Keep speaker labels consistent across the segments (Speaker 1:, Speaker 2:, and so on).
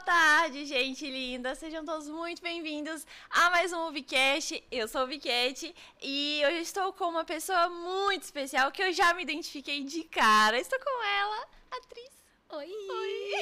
Speaker 1: tarde, gente linda! Sejam todos muito bem-vindos a mais um Ubicast. Eu sou o Viquete e hoje eu estou com uma pessoa muito especial que eu já me identifiquei de cara. Estou com ela, atriz.
Speaker 2: Oi!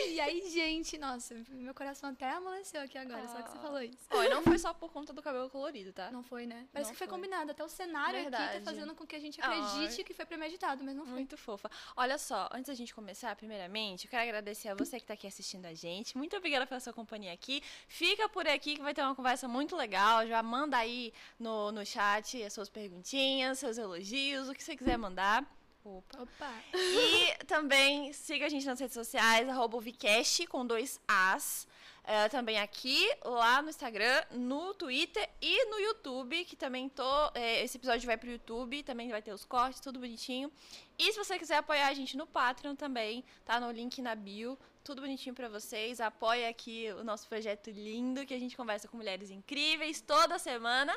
Speaker 2: E aí, gente? Nossa, meu coração até amoleceu aqui agora, só que você
Speaker 3: Ah.
Speaker 2: falou isso.
Speaker 3: Ó, e não foi só por conta do cabelo colorido, tá?
Speaker 2: Não foi, né? Parece
Speaker 3: Não
Speaker 2: que foi,
Speaker 3: foi.
Speaker 2: combinado. Até o cenário aqui
Speaker 3: Verdade.
Speaker 2: tá fazendo com que a gente acredite que foi premeditado, mas não foi.
Speaker 3: Muito fofa. Olha só, antes da gente começar, primeiramente, eu quero agradecer a você que tá aqui assistindo a gente. Muito obrigada pela sua companhia aqui. Fica por aqui que vai ter uma conversa muito legal. Já manda aí no, no chat as suas perguntinhas, seus elogios, o que você quiser mandar. Opa.
Speaker 2: Opa!
Speaker 3: E também siga a gente nas redes sociais, arroba o Vcast com dois As. É, também aqui, lá no Instagram, no Twitter e no YouTube, que também tô. é, esse episódio vai pro YouTube, também vai ter os cortes, tudo bonitinho. E se você quiser apoiar a gente no Patreon também, tá no link na bio, tudo bonitinho pra vocês. Apoia aqui o nosso projeto lindo, que a gente conversa com mulheres incríveis toda semana.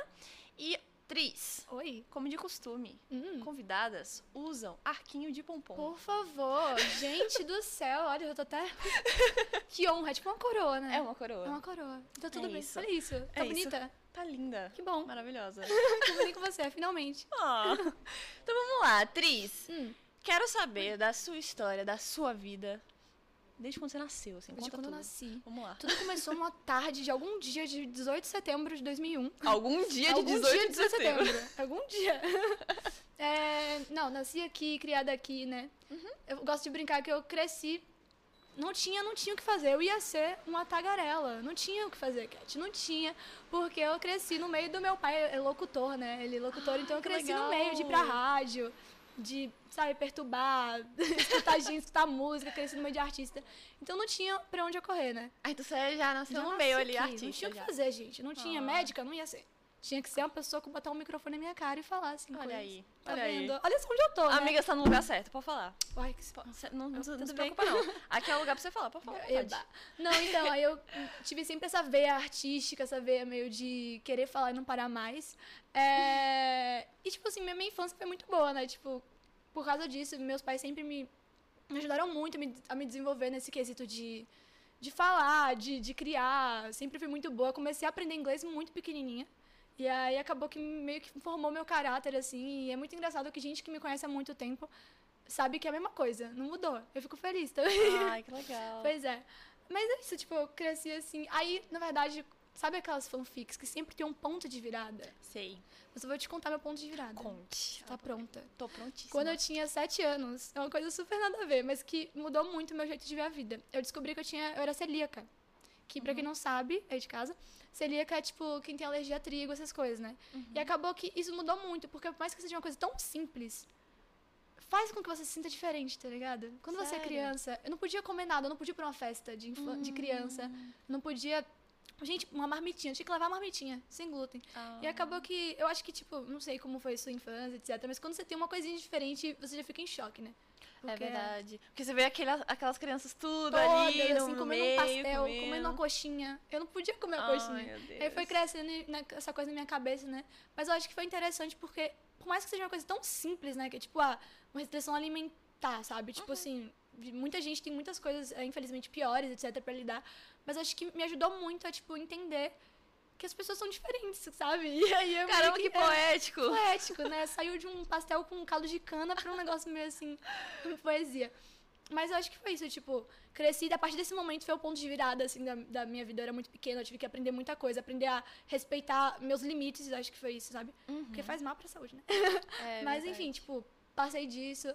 Speaker 3: E Tris,
Speaker 2: Oi!
Speaker 3: como de costume,
Speaker 2: Hum,
Speaker 3: convidadas usam arquinho de pompom.
Speaker 2: Por favor, gente do céu, olha, eu tô até. Que honra, é tipo uma coroa, né?
Speaker 3: É uma coroa.
Speaker 2: É uma coroa. Então tudo
Speaker 3: É
Speaker 2: bem,
Speaker 3: isso.
Speaker 2: olha isso. Tá
Speaker 3: É isso.
Speaker 2: bonita?
Speaker 3: Tá linda.
Speaker 2: Que bom,
Speaker 3: Maravilhosa.
Speaker 2: combinei com você, finalmente.
Speaker 3: Ó. Então vamos lá, atriz.
Speaker 2: Hum,
Speaker 3: Quero saber da sua história, da sua vida. Desde quando você nasceu, assim,
Speaker 2: de
Speaker 3: conta
Speaker 2: quando eu
Speaker 3: tudo.
Speaker 2: nasci.
Speaker 3: Vamos lá.
Speaker 2: Tudo começou uma tarde de algum dia de 18 de setembro de 2001.
Speaker 3: Algum dia
Speaker 2: Algum dia de 18 de setembro. Algum dia. É, não, nasci aqui, criada aqui, né? Eu gosto de brincar que eu cresci. Não tinha, não tinha o que fazer. Eu ia ser uma tagarela. Não tinha o que fazer, Cat. Não tinha. Porque eu cresci no meio do meu pai, é locutor, né? Ele é locutor, então eu
Speaker 3: que
Speaker 2: cresci no
Speaker 3: legal.
Speaker 2: meio de ir pra rádio, de, sabe, perturbar, escutar gente, escutar música, cresci no meio de artista. Então não tinha pra onde eu correr, né?
Speaker 3: Ah, então você já nasceu
Speaker 2: Já
Speaker 3: no meio
Speaker 2: nasci
Speaker 3: ali,
Speaker 2: aqui,
Speaker 3: artista.
Speaker 2: Não tinha o que
Speaker 3: já.
Speaker 2: fazer, gente. Não tinha
Speaker 3: Ah.
Speaker 2: médica, não ia ser. Tinha que ser uma pessoa que botar um microfone na minha cara e falar assim.
Speaker 3: Olha
Speaker 2: coisas.
Speaker 3: aí.
Speaker 2: Tá
Speaker 3: olha
Speaker 2: vendo?
Speaker 3: aí.
Speaker 2: Olha só onde eu tô, né?
Speaker 3: Amiga, você tá no lugar certo, pode falar.
Speaker 2: Ai, que se foda.
Speaker 3: Você- não não,
Speaker 2: Tudo
Speaker 3: não se
Speaker 2: bem.
Speaker 3: preocupa, não. Aqui é o lugar pra você falar, pode falar. à vontade.
Speaker 2: Eba. Não, então, aí eu tive sempre essa veia artística, essa veia meio de querer falar e não parar mais. É, E, tipo assim, minha minha infância foi muito boa, né? Tipo, por causa disso, meus pais sempre me, me ajudaram muito a me, a me desenvolver nesse quesito de, de falar, de, de criar. Sempre fui muito boa. Comecei a aprender inglês muito pequenininha. E aí acabou que meio que formou meu caráter, assim. E é muito engraçado que gente que me conhece há muito tempo sabe que é a mesma coisa. Não mudou. Eu fico feliz tá? também.
Speaker 3: Ai, que legal.
Speaker 2: Pois é. Mas é isso, tipo, eu cresci assim. Aí, na verdade, sabe aquelas fanfics que sempre tem um ponto de virada?
Speaker 3: Sei.
Speaker 2: Eu só vou te contar meu ponto de virada.
Speaker 3: Conte.
Speaker 2: Tá pronta.
Speaker 3: Tô prontíssima.
Speaker 2: Quando eu tinha sete anos, é uma coisa super nada a ver, mas que mudou muito o meu jeito de ver a vida. Eu descobri que eu tinha, eu era celíaca. Que, pra quem não sabe, aí de casa, celíaca é tipo quem tem alergia a trigo, essas coisas, né? E acabou que isso mudou muito, porque por mais que seja uma coisa tão simples, faz com que você se sinta diferente, tá ligado? Quando você é
Speaker 3: Sério?
Speaker 2: criança, eu não podia comer nada, eu não podia ir pra uma festa de, infan- de criança, não podia. Gente, uma marmitinha, eu tinha que levar a marmitinha, sem glúten.
Speaker 3: Ah.
Speaker 2: E acabou que, eu acho que, tipo, não sei como foi sua infância, etc. Mas quando você tem uma coisinha diferente, você já fica em choque, né?
Speaker 3: É
Speaker 2: Porque
Speaker 3: verdade. Porque você vê aquele, aquelas crianças tudo
Speaker 2: Todas,
Speaker 3: ali, no
Speaker 2: assim, comendo
Speaker 3: meio,
Speaker 2: um pastel, comendo. uma
Speaker 3: comendo. assim.
Speaker 2: coxinha. Eu não podia comer uma
Speaker 3: Ai,
Speaker 2: coxinha.
Speaker 3: meu
Speaker 2: Aí foi
Speaker 3: Deus.
Speaker 2: crescendo e na- essa coisa na minha cabeça, né? Mas eu acho que foi interessante porque, por mais que seja uma coisa tão simples, né? Que é tipo, ah, uma restrição alimentar, sabe?
Speaker 3: Uhum.
Speaker 2: Tipo assim, de- muita gente tem muitas coisas, eh, infelizmente, piores, etc, pra lidar. Mas eu acho que me ajudou muito a, tipo, entender que as pessoas são diferentes, sabe? E aí eu meio
Speaker 3: Caramba, que
Speaker 2: é,
Speaker 3: poético!
Speaker 2: poético, né? Saiu de um pastel com um caldo de cana pra um negócio meio assim, uma poesia. Mas eu acho que foi isso, tipo, cresci, a partir desse momento foi o ponto de virada, assim, da, da minha vida. Eu era muito pequena, eu tive que aprender muita coisa, aprender a respeitar meus limites, eu acho que foi isso, sabe?
Speaker 3: Uhum.
Speaker 2: Porque faz mal pra saúde, né?
Speaker 3: É
Speaker 2: Mas enfim, tipo, passei disso.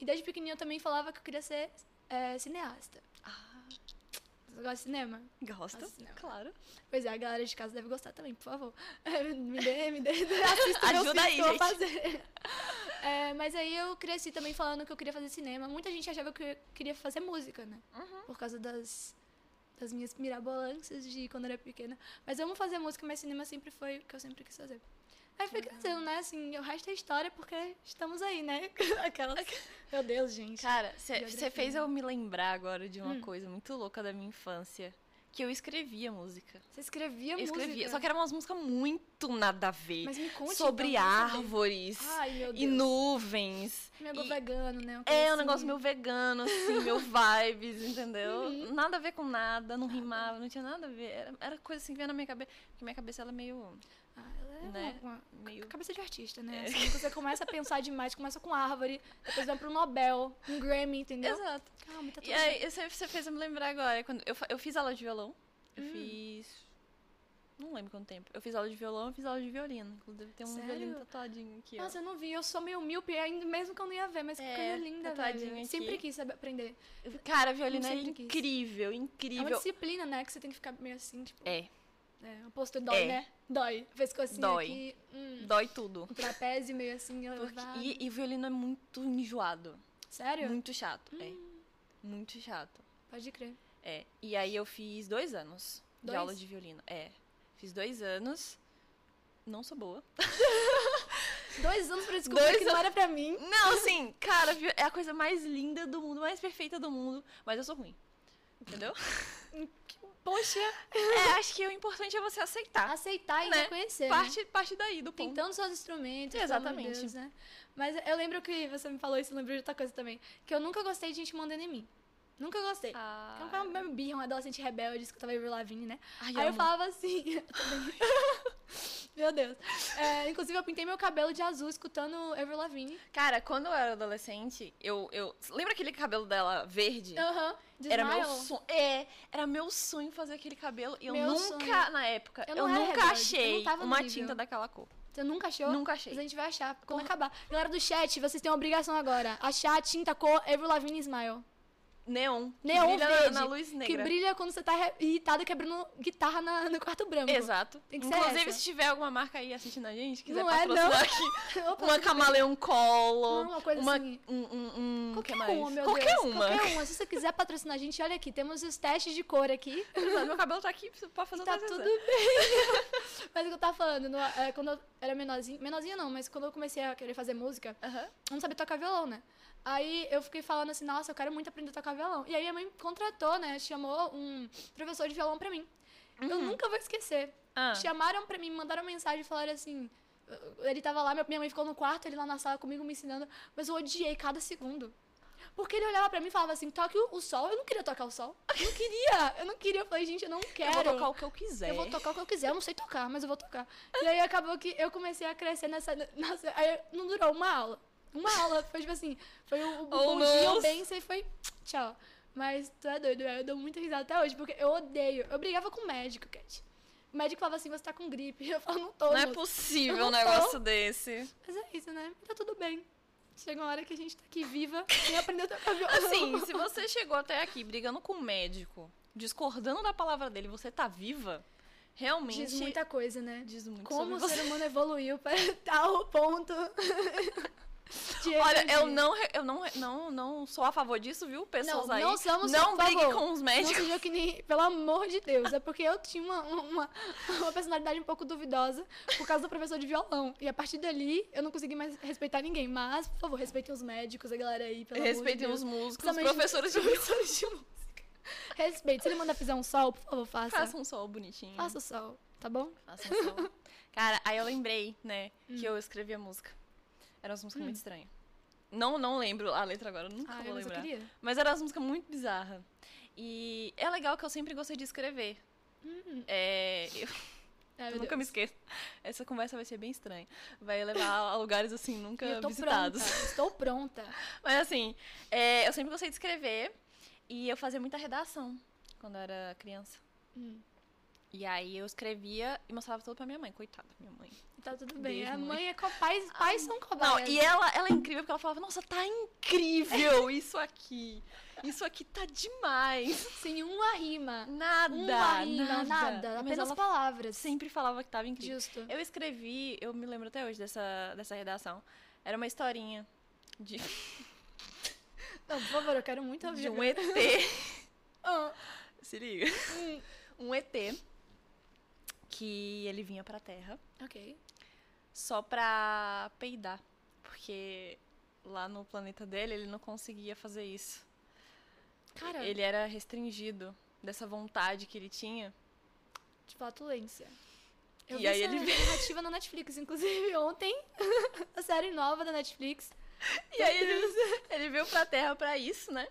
Speaker 2: E desde pequenininha eu também falava que eu queria ser é, cineasta.
Speaker 3: Ah,
Speaker 2: Você gosta de cinema?
Speaker 3: gosto,
Speaker 2: Nossa, não.
Speaker 3: claro.
Speaker 2: Pois é, a galera de casa deve gostar também, por favor. É, Me dê, me dê, assista meus
Speaker 3: Ajuda
Speaker 2: vídeos
Speaker 3: aí,
Speaker 2: que eu vou
Speaker 3: gente.
Speaker 2: fazer. É, mas aí eu cresci também falando que eu queria fazer cinema. Muita gente achava que eu queria fazer música, né?
Speaker 3: Uhum.
Speaker 2: Por causa das, das minhas mirabolâncias de quando eu era pequena. Mas eu amo fazer música, mas cinema sempre foi o que eu sempre quis fazer. Aí foi crescendo, né? Assim, o resto é história porque estamos aí, né? Aquelas. Meu Deus, gente.
Speaker 3: Cara, você né?
Speaker 2: Biografia.
Speaker 3: Hum. fez eu me lembrar agora de uma coisa muito louca da minha infância. que eu escrevia música.
Speaker 2: Você escrevia
Speaker 3: Eu escrevia.
Speaker 2: música?
Speaker 3: Só que eram umas músicas muito nada a ver.
Speaker 2: Mas me conte
Speaker 3: sobre
Speaker 2: então, como você
Speaker 3: árvores
Speaker 2: fez. Ai, meu Deus.
Speaker 3: e nuvens.
Speaker 2: Meu
Speaker 3: e-
Speaker 2: vegano, né? Uma coisa
Speaker 3: É um
Speaker 2: assim.
Speaker 3: negócio meio vegano, assim, meu vibes, entendeu? Nada a ver com nada, não rimava, não tinha nada a ver. Era, era coisa assim que vinha na minha cabeça. Porque minha cabeça ela é meio.
Speaker 2: Ah, ela é
Speaker 3: né? É.
Speaker 2: uma- uma-
Speaker 3: meio...
Speaker 2: Cabeça de artista, né? Assim, você começa a pensar demais, começa com árvore, depois vai pro Nobel, um Grammy, entendeu?
Speaker 3: Exato.
Speaker 2: Calma, tá tudo
Speaker 3: E aí, você, você fez eu me lembrar agora. Quando eu, fa- eu fiz aula de violão. Eu
Speaker 2: Hum.
Speaker 3: fiz. Não lembro quanto tempo. Eu fiz aula de violão, eu fiz aula de violino. Inclusive, tem um
Speaker 2: Sério?
Speaker 3: violino tatuadinho aqui,
Speaker 2: bem.
Speaker 3: ó.
Speaker 2: Nossa, eu não vi, eu sou meio míope, ainda mesmo que eu não ia ver, mas que
Speaker 3: É,
Speaker 2: coisa linda, velho.
Speaker 3: tatuadinho aqui.
Speaker 2: Sempre quis saber aprender.
Speaker 3: Cara, violino é
Speaker 2: sempre quis.
Speaker 3: incrível,
Speaker 2: É uma
Speaker 3: incrível.
Speaker 2: disciplina, né? Que você tem que ficar meio assim, tipo.
Speaker 3: É,
Speaker 2: É, uma postura dói,
Speaker 3: É.
Speaker 2: né? Dói. Pescocinho
Speaker 3: Dói.
Speaker 2: aqui, hum,
Speaker 3: dói tudo.
Speaker 2: um trapézio meio assim,
Speaker 3: Porque-
Speaker 2: elevado.
Speaker 3: e, e violino é muito enjoado.
Speaker 2: Sério? Hum.
Speaker 3: Muito chato. É. Muito chato.
Speaker 2: Pode crer.
Speaker 3: É. E aí eu fiz dois anos de
Speaker 2: Dois?
Speaker 3: aula de violino. É. Fiz dois anos. Não sou boa.
Speaker 2: Dois anos pra descobrir
Speaker 3: Dois
Speaker 2: que não era pra mim.
Speaker 3: Não, assim, cara, vi- é a coisa mais linda do mundo, mais perfeita do mundo, mas eu sou ruim. Entendeu?
Speaker 2: Poxa,
Speaker 3: é, acho que o importante é você aceitar.
Speaker 2: aceitar e
Speaker 3: Né?
Speaker 2: reconhecer. né?
Speaker 3: Parte, parte daí, do ponto.
Speaker 2: Tentando seus instrumentos,
Speaker 3: Exatamente.
Speaker 2: exatamente. Deus, né? Mas eu lembro que você me falou isso, eu lembro de outra coisa também. Que eu nunca gostei de gente mandando em mim. Nunca gostei. Então,
Speaker 3: Ah,
Speaker 2: Eu era uma birra, uma adolescente rebelde, escutava Avril Lavigne, né?
Speaker 3: ai,
Speaker 2: Aí eu
Speaker 3: amo.
Speaker 2: falava assim... eu também. Meu Deus. É, inclusive, eu pintei meu cabelo de azul escutando Avril Lavigne.
Speaker 3: Cara, quando eu era adolescente, eu, eu. Lembra aquele cabelo dela verde?
Speaker 2: Aham. de
Speaker 3: Era meu
Speaker 2: Smile.
Speaker 3: sonho. É, era meu sonho fazer aquele cabelo. E eu
Speaker 2: Meu
Speaker 3: nunca,
Speaker 2: sonho.
Speaker 3: na época, eu,
Speaker 2: Eu não era
Speaker 3: nunca
Speaker 2: rebelde, eu
Speaker 3: achei
Speaker 2: não tava no
Speaker 3: uma
Speaker 2: nível.
Speaker 3: tinta daquela cor.
Speaker 2: Você nunca achou?
Speaker 3: Nunca
Speaker 2: Mas a
Speaker 3: achei.
Speaker 2: gente vai achar quando acabar. Galera do chat, vocês têm uma obrigação agora. Achar a tinta cor Avril Lavigne Smile.
Speaker 3: Neon. que
Speaker 2: Neon
Speaker 3: brilha na-
Speaker 2: é verde,
Speaker 3: na luz
Speaker 2: Que
Speaker 3: negra.
Speaker 2: brilha quando você tá re- irritado quebrando guitarra na- no quarto branco.
Speaker 3: Exato.
Speaker 2: Tem que ser
Speaker 3: Inclusive,
Speaker 2: essa.
Speaker 3: se tiver alguma marca aí assistindo a gente, quiser
Speaker 2: Não é, não.
Speaker 3: patrocinar aqui,
Speaker 2: Opa,
Speaker 3: uma camaleão colo,
Speaker 2: Não, uma coisa assim.
Speaker 3: um, um, um,
Speaker 2: qualquer
Speaker 3: que mais?
Speaker 2: uma, meu
Speaker 3: qualquer
Speaker 2: Deus.
Speaker 3: uma.
Speaker 2: Qualquer uma. Se você quiser patrocinar a gente, olha aqui. Temos os testes de cor aqui.
Speaker 3: Exato, Meu cabelo tá aqui, você pode fazer
Speaker 2: Tá
Speaker 3: outras
Speaker 2: tudo
Speaker 3: coisas.
Speaker 2: bem. mas o que eu tava falando, no- é, quando eu era menorzinha... Menorzinha não, mas quando eu comecei a querer fazer música,
Speaker 3: Aham.
Speaker 2: eu não sabia tocar violão, né? Aí eu fiquei falando assim, nossa, eu quero muito aprender a tocar violão. E aí minha mãe contratou, né? Chamou um professor de violão pra mim. Eu
Speaker 3: Uhum.
Speaker 2: nunca vou esquecer.
Speaker 3: Ah,
Speaker 2: Chamaram pra mim, me mandaram mensagem e falaram assim. Ele tava lá, minha mãe ficou no quarto, ele lá na sala comigo me ensinando, mas eu odiei cada segundo. Porque ele olhava pra mim e falava assim: toque o, o sol. Eu não queria tocar o sol. Eu não queria. Eu não queria. Eu falei, gente, eu não
Speaker 3: eu
Speaker 2: quero.
Speaker 3: vou tocar o que eu quiser.
Speaker 2: Eu vou tocar o que eu quiser, eu não sei tocar, mas eu vou tocar. E aí acabou que eu comecei a crescer nessa. nessa- aí não durou uma aula. Uma aula, foi tipo assim, foi o, o
Speaker 3: Oh,
Speaker 2: bom dia,
Speaker 3: não.
Speaker 2: o bem, e foi tchau. Mas tu é doido, eu dou muita risada até hoje, porque eu odeio. Eu brigava com o médico, Cat. O médico falava assim, você tá com gripe. Eu falo, não tô.
Speaker 3: Não é
Speaker 2: moço." Eu
Speaker 3: possível
Speaker 2: não
Speaker 3: um negócio desse.
Speaker 2: Mas é isso, né? Tá tudo bem. Chega uma hora que a gente tá aqui viva, sem aprender a tocar violão.
Speaker 3: Assim, se você chegou até aqui brigando com o médico, discordando da palavra dele, você tá viva, realmente
Speaker 2: diz muita coisa, né?
Speaker 3: diz muito
Speaker 2: Como o
Speaker 3: sobre você.
Speaker 2: ser humano evoluiu para tal ponto. de
Speaker 3: Olha,
Speaker 2: evoluir.
Speaker 3: eu não, re- eu não, re- não, não sou a favor disso, viu, pessoas
Speaker 2: Não,
Speaker 3: aí.
Speaker 2: não somos,
Speaker 3: não
Speaker 2: por
Speaker 3: brigue
Speaker 2: favor.
Speaker 3: com os
Speaker 2: Não
Speaker 3: médicos.
Speaker 2: seja que nem. Pelo amor de Deus. É porque eu tinha uma, uma, uma personalidade um pouco duvidosa por causa do professor de violão. E a partir dali eu não consegui mais respeitar ninguém. Mas, por favor, respeitem os médicos, a galera aí, pelo
Speaker 3: Respeitem
Speaker 2: amor
Speaker 3: os
Speaker 2: de Deus.
Speaker 3: músicos, os
Speaker 2: Principalmente-
Speaker 3: professores de professores de música.
Speaker 2: Respeite. Se ele mandar pisar um sol, por favor, faça.
Speaker 3: Faça um sol bonitinho.
Speaker 2: Faça o sol, tá bom?
Speaker 3: Faça um sol. Cara, aí eu lembrei, né,
Speaker 2: Hum.
Speaker 3: que eu escrevia música. Era umas músicas muito estranhas. Não, não lembro a letra agora, eu nunca
Speaker 2: Ah,
Speaker 3: vou
Speaker 2: mas eu
Speaker 3: lembrar.
Speaker 2: queria.
Speaker 3: Mas era umas músicas muito bizarras. E é legal que eu sempre gostei de escrever. É, eu
Speaker 2: Hum. Ai,
Speaker 3: eu
Speaker 2: meu
Speaker 3: nunca me
Speaker 2: Deus.
Speaker 3: esqueço. Essa conversa vai ser bem estranha. Vai levar a lugares assim nunca
Speaker 2: E eu tô
Speaker 3: visitados.
Speaker 2: pronta. Estou pronta.
Speaker 3: Mas assim, é, eu sempre gostei de escrever e eu fazia muita redação quando eu era criança.
Speaker 2: Hum.
Speaker 3: E aí eu escrevia e mostrava tudo pra minha mãe, coitada, minha mãe.
Speaker 2: Tá tudo bem.
Speaker 3: Beijo,
Speaker 2: a
Speaker 3: mãe.
Speaker 2: mãe, é com pais, pais são
Speaker 3: Não,
Speaker 2: cobaias.
Speaker 3: e ela, ela é incrível porque ela falava, nossa, tá incrível isso aqui. Isso aqui tá demais.
Speaker 2: Sem uma rima.
Speaker 3: Nada.
Speaker 2: Uma rima,
Speaker 3: nada.
Speaker 2: nada.
Speaker 3: Mas
Speaker 2: apenas
Speaker 3: ela
Speaker 2: palavras.
Speaker 3: sempre falava que tava incrível.
Speaker 2: Justo.
Speaker 3: Eu escrevi, eu me lembro até hoje dessa, dessa redação. Era uma historinha de,
Speaker 2: Não, por favor, eu quero muito ouvir.
Speaker 3: de um
Speaker 2: agora.
Speaker 3: ET.
Speaker 2: Ah,
Speaker 3: Se liga. Um ET que ele vinha pra Terra
Speaker 2: ok.
Speaker 3: só pra peidar. Porque lá no planeta dele ele não conseguia fazer isso.
Speaker 2: Cara,
Speaker 3: Ele era restringido. dessa vontade que ele tinha.
Speaker 2: de flatulência.
Speaker 3: E aí
Speaker 2: essa
Speaker 3: ele
Speaker 2: narrativa na Netflix, inclusive ontem, a série nova da Netflix.
Speaker 3: E aí ele, ele veio pra Terra pra isso, né?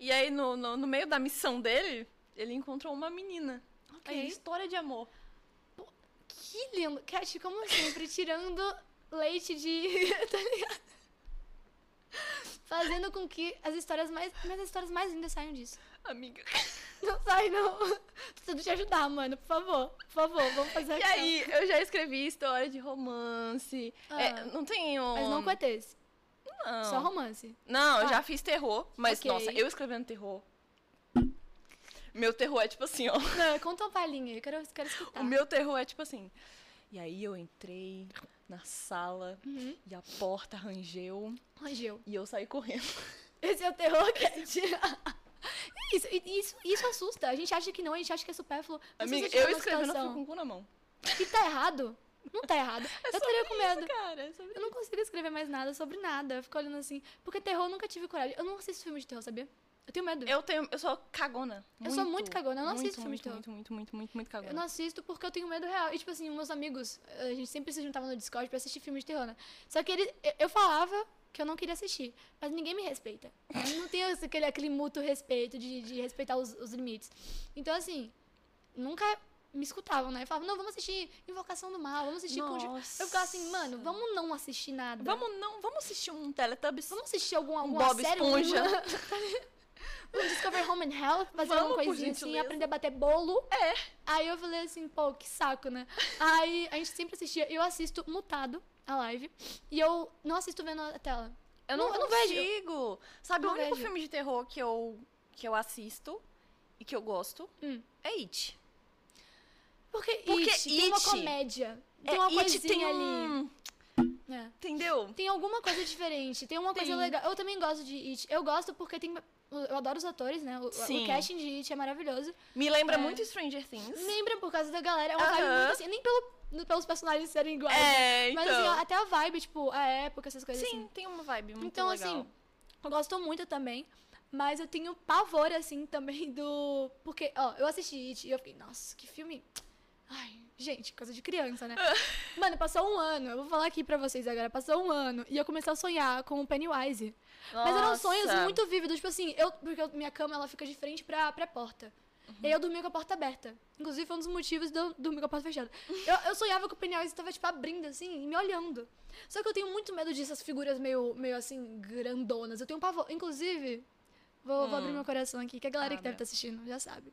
Speaker 3: E aí, no, no, no meio da missão dele, ele encontrou uma menina. Aí, história de amor.
Speaker 2: Que lindo. Cat, como sempre, tirando leite de. tá ligado? Fazendo com que as histórias mais. Mas as histórias mais lindas saiam disso.
Speaker 3: Amiga.
Speaker 2: Não sai, não. Preciso te ajudar, mano. Por favor. Por favor, vamos fazer
Speaker 3: E
Speaker 2: aqui.
Speaker 3: aí, eu já escrevi história de romance.
Speaker 2: Ah.
Speaker 3: É, não tem um.
Speaker 2: Mas não com ETs.
Speaker 3: Não,
Speaker 2: Só romance.
Speaker 3: Não, eu
Speaker 2: Ah.
Speaker 3: já fiz terror, mas
Speaker 2: Ok.
Speaker 3: nossa, eu escrevendo terror. Meu terror é tipo assim, ó.
Speaker 2: Não, conta uma palhinha. Eu quero, quero escutar.
Speaker 3: O meu terror é tipo assim. E aí eu entrei na sala
Speaker 2: Uhum.
Speaker 3: e a porta rangeu
Speaker 2: Rangeu.
Speaker 3: e eu saí correndo.
Speaker 2: Esse é o terror, Cat. Isso, e- isso, isso assusta. A gente acha que não, a gente acha que é supérfluo. Mas se
Speaker 3: Amiga,
Speaker 2: você tiver
Speaker 3: eu
Speaker 2: uma
Speaker 3: escrevendo, eu
Speaker 2: situação
Speaker 3: fico com o cu na mão. É
Speaker 2: Que tá errado. Não tá errado. eu estaria com medo.
Speaker 3: Cara, é sobre-
Speaker 2: Eu não consigo escrever mais nada sobre nada. Eu fico olhando assim. Porque terror eu nunca tive coragem. Eu não assisto filme de terror, sabia? Eu tenho medo.
Speaker 3: Eu tenho. Eu sou cagona.
Speaker 2: Eu sou muito cagona, eu não
Speaker 3: muito,
Speaker 2: assisto filme de
Speaker 3: muito,
Speaker 2: terror.
Speaker 3: muito, muito, muito, muito, muito
Speaker 2: Eu
Speaker 3: cagona.
Speaker 2: não assisto porque eu tenho medo real. E, tipo assim, meus amigos, a gente sempre se juntava no Discord pra assistir filmes de terror, né? Só que eles, eu- eu falava que eu não queria assistir, mas ninguém me respeita. Eu não tenho esse- aquele, aquele mútuo respeito de, de respeitar os, os limites. Então, assim, nunca me escutavam, né? Falavam, não, vamos assistir Invocação do Mal, vamos assistir Conjuro. Eu ficava assim, mano,
Speaker 3: Nossa.
Speaker 2: vamos não assistir nada.
Speaker 3: Vamos, não, vamos assistir um Teletubbies.
Speaker 2: Vamos assistir algum, alguma
Speaker 3: Bob
Speaker 2: série?
Speaker 3: Esponja.
Speaker 2: um- um Discover Home and Health, fazer
Speaker 3: Vamos,
Speaker 2: alguma
Speaker 3: por
Speaker 2: coisinha assim,
Speaker 3: gentileza.
Speaker 2: aprender a bater bolo. É. Aí eu falei assim, pô, que saco, né? Aí a gente sempre assistia. Eu assisto mutado a live e eu não assisto vendo a tela.
Speaker 3: Eu não,
Speaker 2: Não, eu não vejo.
Speaker 3: consigo. Sabe,
Speaker 2: Não
Speaker 3: o único
Speaker 2: vejo.
Speaker 3: filme de terror que eu, que eu assisto e que eu gosto
Speaker 2: Hum.
Speaker 3: é It.
Speaker 2: Porque,
Speaker 3: Porque
Speaker 2: It tem uma
Speaker 3: It-
Speaker 2: comédia.
Speaker 3: é,
Speaker 2: Tem uma
Speaker 3: It
Speaker 2: coisinha
Speaker 3: tem
Speaker 2: ali.
Speaker 3: um...
Speaker 2: né?
Speaker 3: Entendeu?
Speaker 2: Tem alguma coisa diferente, tem uma coisa
Speaker 3: Tem.
Speaker 2: legal. Eu também gosto de It. Eu gosto porque tem... Eu adoro os atores, né? O, o
Speaker 3: Sim.
Speaker 2: casting de It é maravilhoso.
Speaker 3: Me lembra
Speaker 2: É.
Speaker 3: muito Stranger Things.
Speaker 2: Lembram por causa da galera. É uma vibe
Speaker 3: Aham.
Speaker 2: muito assim. Nem pelo, pelos personagens serem iguais.
Speaker 3: É, então.
Speaker 2: Mas assim, até a vibe, tipo, a época, essas coisas
Speaker 3: Sim,
Speaker 2: assim.
Speaker 3: tem uma vibe muito
Speaker 2: Então,
Speaker 3: legal.
Speaker 2: assim, eu gosto muito também. Mas eu tenho pavor, assim, também do. Porque, ó, eu assisti It e eu fiquei, nossa, que filme. Ai, gente, coisa de criança, né? Mano, passou um ano. Eu vou falar aqui pra vocês agora. Passou um ano e eu comecei a sonhar com o Pennywise. Mas eram sonhos
Speaker 3: Nossa.
Speaker 2: muito vívidos, tipo assim, eu, porque eu- minha cama ela fica de frente pra, pra porta. E aí eu dormia com a porta aberta. Inclusive, foi um dos motivos de eu dormir com a porta fechada. Eu, eu sonhava que o Pennywise estava, tipo, abrindo, assim, e me olhando. Só que eu tenho muito medo dessas figuras meio, meio assim, grandonas. Eu tenho pavor. Inclusive, vou, vou abrir
Speaker 3: Hum.
Speaker 2: meu coração aqui, que a galera que deve
Speaker 3: Abra.
Speaker 2: estar assistindo já sabe.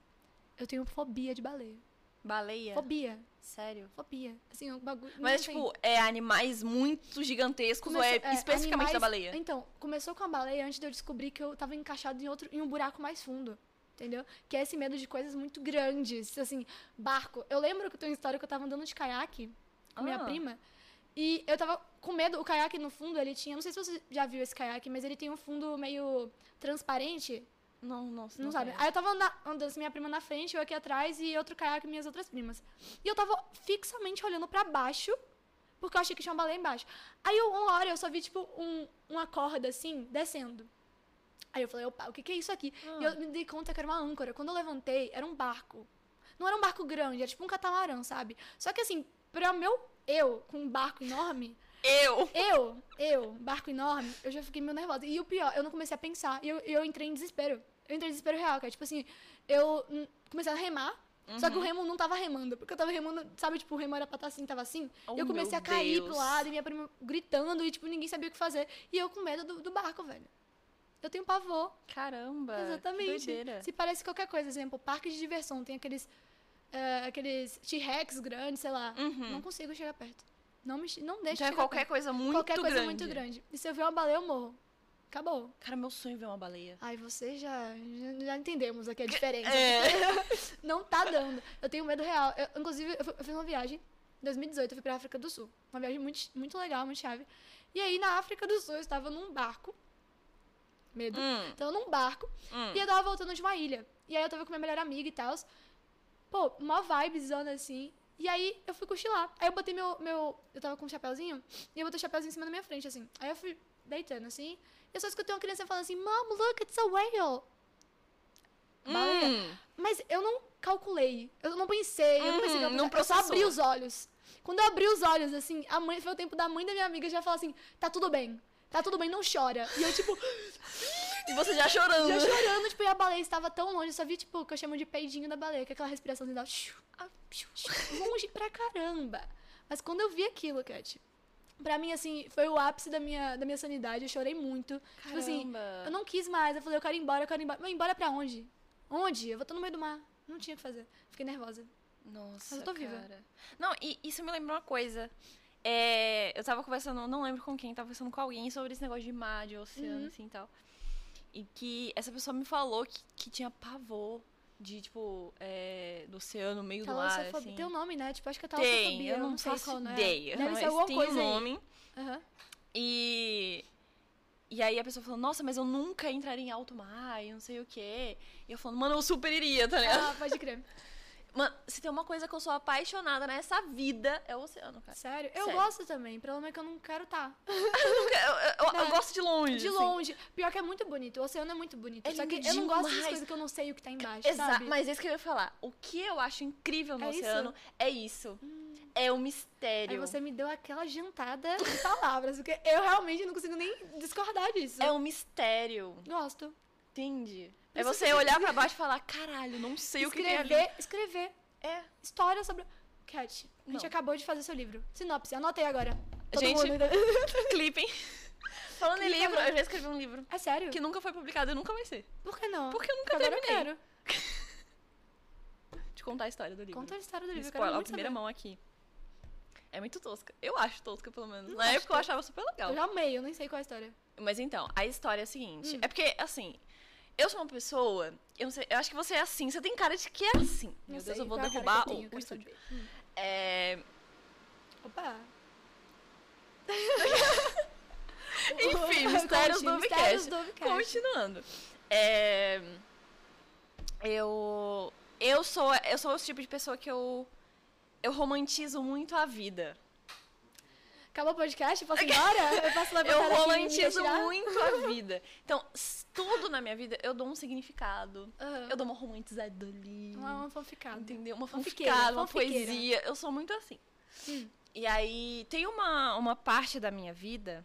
Speaker 2: Eu tenho fobia de baleia.
Speaker 3: Baleia.
Speaker 2: Fobia.
Speaker 3: Sério.
Speaker 2: Fobia. Assim, é um bagulho...
Speaker 3: Mas,
Speaker 2: não sei.
Speaker 3: tipo, é animais muito gigantescos
Speaker 2: Começou-
Speaker 3: ou é,
Speaker 2: é,
Speaker 3: especificamente da
Speaker 2: animais-
Speaker 3: baleia?
Speaker 2: Então, começou com a baleia antes de eu descobrir que eu tava encaixado em outro em um buraco mais fundo. Entendeu? Que é esse medo de coisas muito grandes. Assim, barco. Eu lembro que eu tenho uma história que eu tava andando de caiaque com minha
Speaker 3: Ah.
Speaker 2: prima. E eu tava com medo. O caiaque no fundo, ele tinha. Não sei se você já viu esse caiaque, mas ele tem um fundo meio transparente.
Speaker 3: Não, não,
Speaker 2: Não, sabe? Aí eu tava anda- andando, assim, minha prima na frente, eu aqui atrás e outro caiaque e minhas outras primas. E eu tava fixamente olhando pra baixo, porque eu achei que tinha uma baleia embaixo. Aí eu, uma hora eu só vi, tipo, um, uma corda assim, descendo. Aí eu falei, opa, o que, que é isso aqui? E eu me dei conta que era uma âncora. Quando eu levantei, era um barco. Não era um barco grande, era tipo um catamarã, sabe? Só que assim, pra meu eu, com um barco enorme,
Speaker 3: Eu!
Speaker 2: eu, eu, barco enorme, eu já fiquei meio nervosa. E o pior, eu não comecei a pensar. E eu, eu entrei em desespero. Eu entrei em desespero real, cara. Tipo assim, eu hum, comecei a remar. Só
Speaker 3: Uhum.
Speaker 2: que o remo não tava remando, porque eu tava remando, sabe, tipo, o remo era pra estar assim, tava assim.
Speaker 3: Oh,
Speaker 2: e eu comecei
Speaker 3: meu
Speaker 2: a cair pro
Speaker 3: Deus.
Speaker 2: lado, e minha prima gritando, e, tipo, ninguém sabia o que fazer. E eu com medo do, do barco, velho. Eu tenho pavor.
Speaker 3: Caramba! Ah, que
Speaker 2: Exatamente.
Speaker 3: doideira.
Speaker 2: Se parece qualquer coisa, exemplo, parque de diversão, tem aqueles é, aqueles T-Rex grandes, sei lá. Não consigo chegar perto. Não me, che- não deixa
Speaker 3: Então Uhum. é
Speaker 2: chegar
Speaker 3: qualquer
Speaker 2: perto.
Speaker 3: coisa muito
Speaker 2: qualquer
Speaker 3: grande.
Speaker 2: coisa muito grande. E se eu ver uma baleia, eu morro. Acabou.
Speaker 3: Cara, meu sonho é ver uma baleia.
Speaker 2: Aí vocês já, já, já entendemos aqui a diferença.
Speaker 3: É.
Speaker 2: Não tá dando. Eu tenho medo real. Eu, inclusive, eu, fui- eu fiz uma viagem em 2018, eu fui pra África do Sul. Uma viagem muito, muito legal, muito chave. E aí, na África do Sul, eu estava num barco. Medo.
Speaker 3: Hum,
Speaker 2: Tava num barco.
Speaker 3: hum.
Speaker 2: E eu tava voltando de uma ilha. E aí eu tava com minha melhor amiga e tal. Pô, mó vibezona assim. E aí eu fui cochilar. Aí eu botei meu. meu eu tava com um chapéuzinho. E eu botei o chapéuzinho em cima da minha frente, assim. Aí eu fui deitando assim. E eu só escutei uma criança falando assim: Mom, look, it's a whale. baleia.
Speaker 3: Hum.
Speaker 2: Mas eu não calculei. Eu não pensei. eu não pensei
Speaker 3: Uhum,
Speaker 2: que eu
Speaker 3: não
Speaker 2: eu só abri
Speaker 3: processou.
Speaker 2: os olhos. Quando eu abri os olhos, assim, a mãe foi o tempo da mãe da minha amiga já falar assim: tá tudo bem. Tá tudo bem, não chora. E eu, tipo,
Speaker 3: E você já chorando.
Speaker 2: já chorando, tipo, e a baleia estava tão longe, eu só vi, tipo, o que eu chamo de peidinho da baleia, que é aquela respiração assim, dá, shiu, ah, shiu, shiu, longe pra caramba. Mas quando eu vi aquilo, Cat, pra mim, assim, foi o ápice da minha, da minha sanidade, eu chorei muito. Tipo assim,
Speaker 3: Caramba.
Speaker 2: eu não quis mais, eu falei, eu quero ir embora, eu quero ir embora. Mas embora pra onde? Onde? Eu vou estar no meio do mar. Não tinha o que fazer. Fiquei nervosa.
Speaker 3: Nossa,
Speaker 2: Mas eu tô viva.
Speaker 3: cara. Não, e isso me lembrou uma coisa. É, eu tava conversando, não lembro com quem, tava conversando com alguém sobre esse negócio de mar, de
Speaker 2: Uhum.
Speaker 3: oceano, assim e tal. E que essa pessoa me falou que, que tinha pavor de, tipo, é, do oceano, meio do mar,
Speaker 2: Talassofobia.
Speaker 3: assim.
Speaker 2: Tem um nome, né? Tipo, acho que é talassofobia.
Speaker 3: Tem, eu
Speaker 2: eu
Speaker 3: não,
Speaker 2: sei
Speaker 3: faço
Speaker 2: qual, né?
Speaker 3: ideia,
Speaker 2: Deve
Speaker 3: mas
Speaker 2: ser alguma
Speaker 3: tem
Speaker 2: coisa
Speaker 3: um nome.
Speaker 2: aí. Aham.
Speaker 3: E. E aí a pessoa falou, nossa, mas eu nunca entraria em alto mar e não sei o quê. E eu falando, mano, eu super iria, tá ligado?
Speaker 2: Ah, pode crer.
Speaker 3: Mano, se tem uma coisa que eu sou apaixonada nessa vida, é o oceano, cara.
Speaker 2: Sério? Eu
Speaker 3: Sério.
Speaker 2: gosto também. O problema é que eu não quero estar.
Speaker 3: Eu, eu- eu
Speaker 2: Né?
Speaker 3: gosto de longe.
Speaker 2: De
Speaker 3: assim.
Speaker 2: longe. Pior que é muito bonito. O oceano é muito bonito.
Speaker 3: É
Speaker 2: só que
Speaker 3: lindo
Speaker 2: eu não gosto
Speaker 3: demais.
Speaker 2: das coisas que eu não sei o que tá embaixo,
Speaker 3: Exato,
Speaker 2: sabe?
Speaker 3: mas é isso que eu ia falar. O que eu acho incrível no
Speaker 2: É isso?
Speaker 3: oceano é isso. É o mistério.
Speaker 2: Aí você me deu aquela jantada de palavras, porque eu realmente não consigo nem discordar disso.
Speaker 3: É um mistério,
Speaker 2: Gosto.
Speaker 3: entende?
Speaker 2: Por
Speaker 3: É
Speaker 2: isso
Speaker 3: você
Speaker 2: que-
Speaker 3: olhar pra baixo e falar, caralho, não sei o que tem ali.
Speaker 2: escrever, escrever.
Speaker 3: É.
Speaker 2: História sobre... Cat, a gente
Speaker 3: Não.
Speaker 2: acabou de fazer seu livro. Sinopse, anotei agora. Todo
Speaker 3: Gente-
Speaker 2: mundo...
Speaker 3: Clipem. é. Falando em
Speaker 2: Clipa,
Speaker 3: livro,
Speaker 2: né?
Speaker 3: eu já escrevi um livro
Speaker 2: É sério?
Speaker 3: que nunca foi publicado e nunca vai ser.
Speaker 2: Por que não?
Speaker 3: Porque eu nunca
Speaker 2: agora eu
Speaker 3: terminei.
Speaker 2: quero.
Speaker 3: Te contar a história do livro.
Speaker 2: Conta a história do livro, eu quero
Speaker 3: Spoiler, a
Speaker 2: muito
Speaker 3: primeira
Speaker 2: saber.
Speaker 3: mão aqui. É muito tosca. Eu acho tosca, pelo menos. Na
Speaker 2: acho
Speaker 3: época eu achava super legal.
Speaker 2: Eu já Hum. amei, eu nem sei qual é a história.
Speaker 3: Mas então, a história é a seguinte. É porque, assim, eu sou uma pessoa. Eu, não sei, eu acho que você é assim. Você tem cara de que é assim. Meu
Speaker 2: sei
Speaker 3: Deus, eu vou
Speaker 2: qual é a cara
Speaker 3: derrubar
Speaker 2: que eu tenho, eu
Speaker 3: o, o
Speaker 2: quero
Speaker 3: estúdio.
Speaker 2: saber. Hum.
Speaker 3: É,
Speaker 2: Opa.
Speaker 3: Enfim,
Speaker 2: Conte,
Speaker 3: mistérios do
Speaker 2: mistérios
Speaker 3: Ubicast.
Speaker 2: do Ubicast.
Speaker 3: Continuando. É, eu. Eu sou, eu sou esse tipo de pessoa que eu. Eu romantizo muito a vida.
Speaker 2: Acabou o podcast? Eu posso ir embora? Eu posso levantar
Speaker 3: Eu
Speaker 2: daqui e me
Speaker 3: romantizo
Speaker 2: retirar?
Speaker 3: muito a vida. Então, s- tudo na minha vida eu dou um significado.
Speaker 2: Aham.
Speaker 3: Eu dou uma romantizada ali.
Speaker 2: Não é uma fanficada.
Speaker 3: Entendeu? Uma
Speaker 2: Fanfiqueira,
Speaker 3: fanficada, uma
Speaker 2: fanfiqueira.
Speaker 3: poesia. Eu sou muito assim. E aí, tem uma, uma parte da minha vida,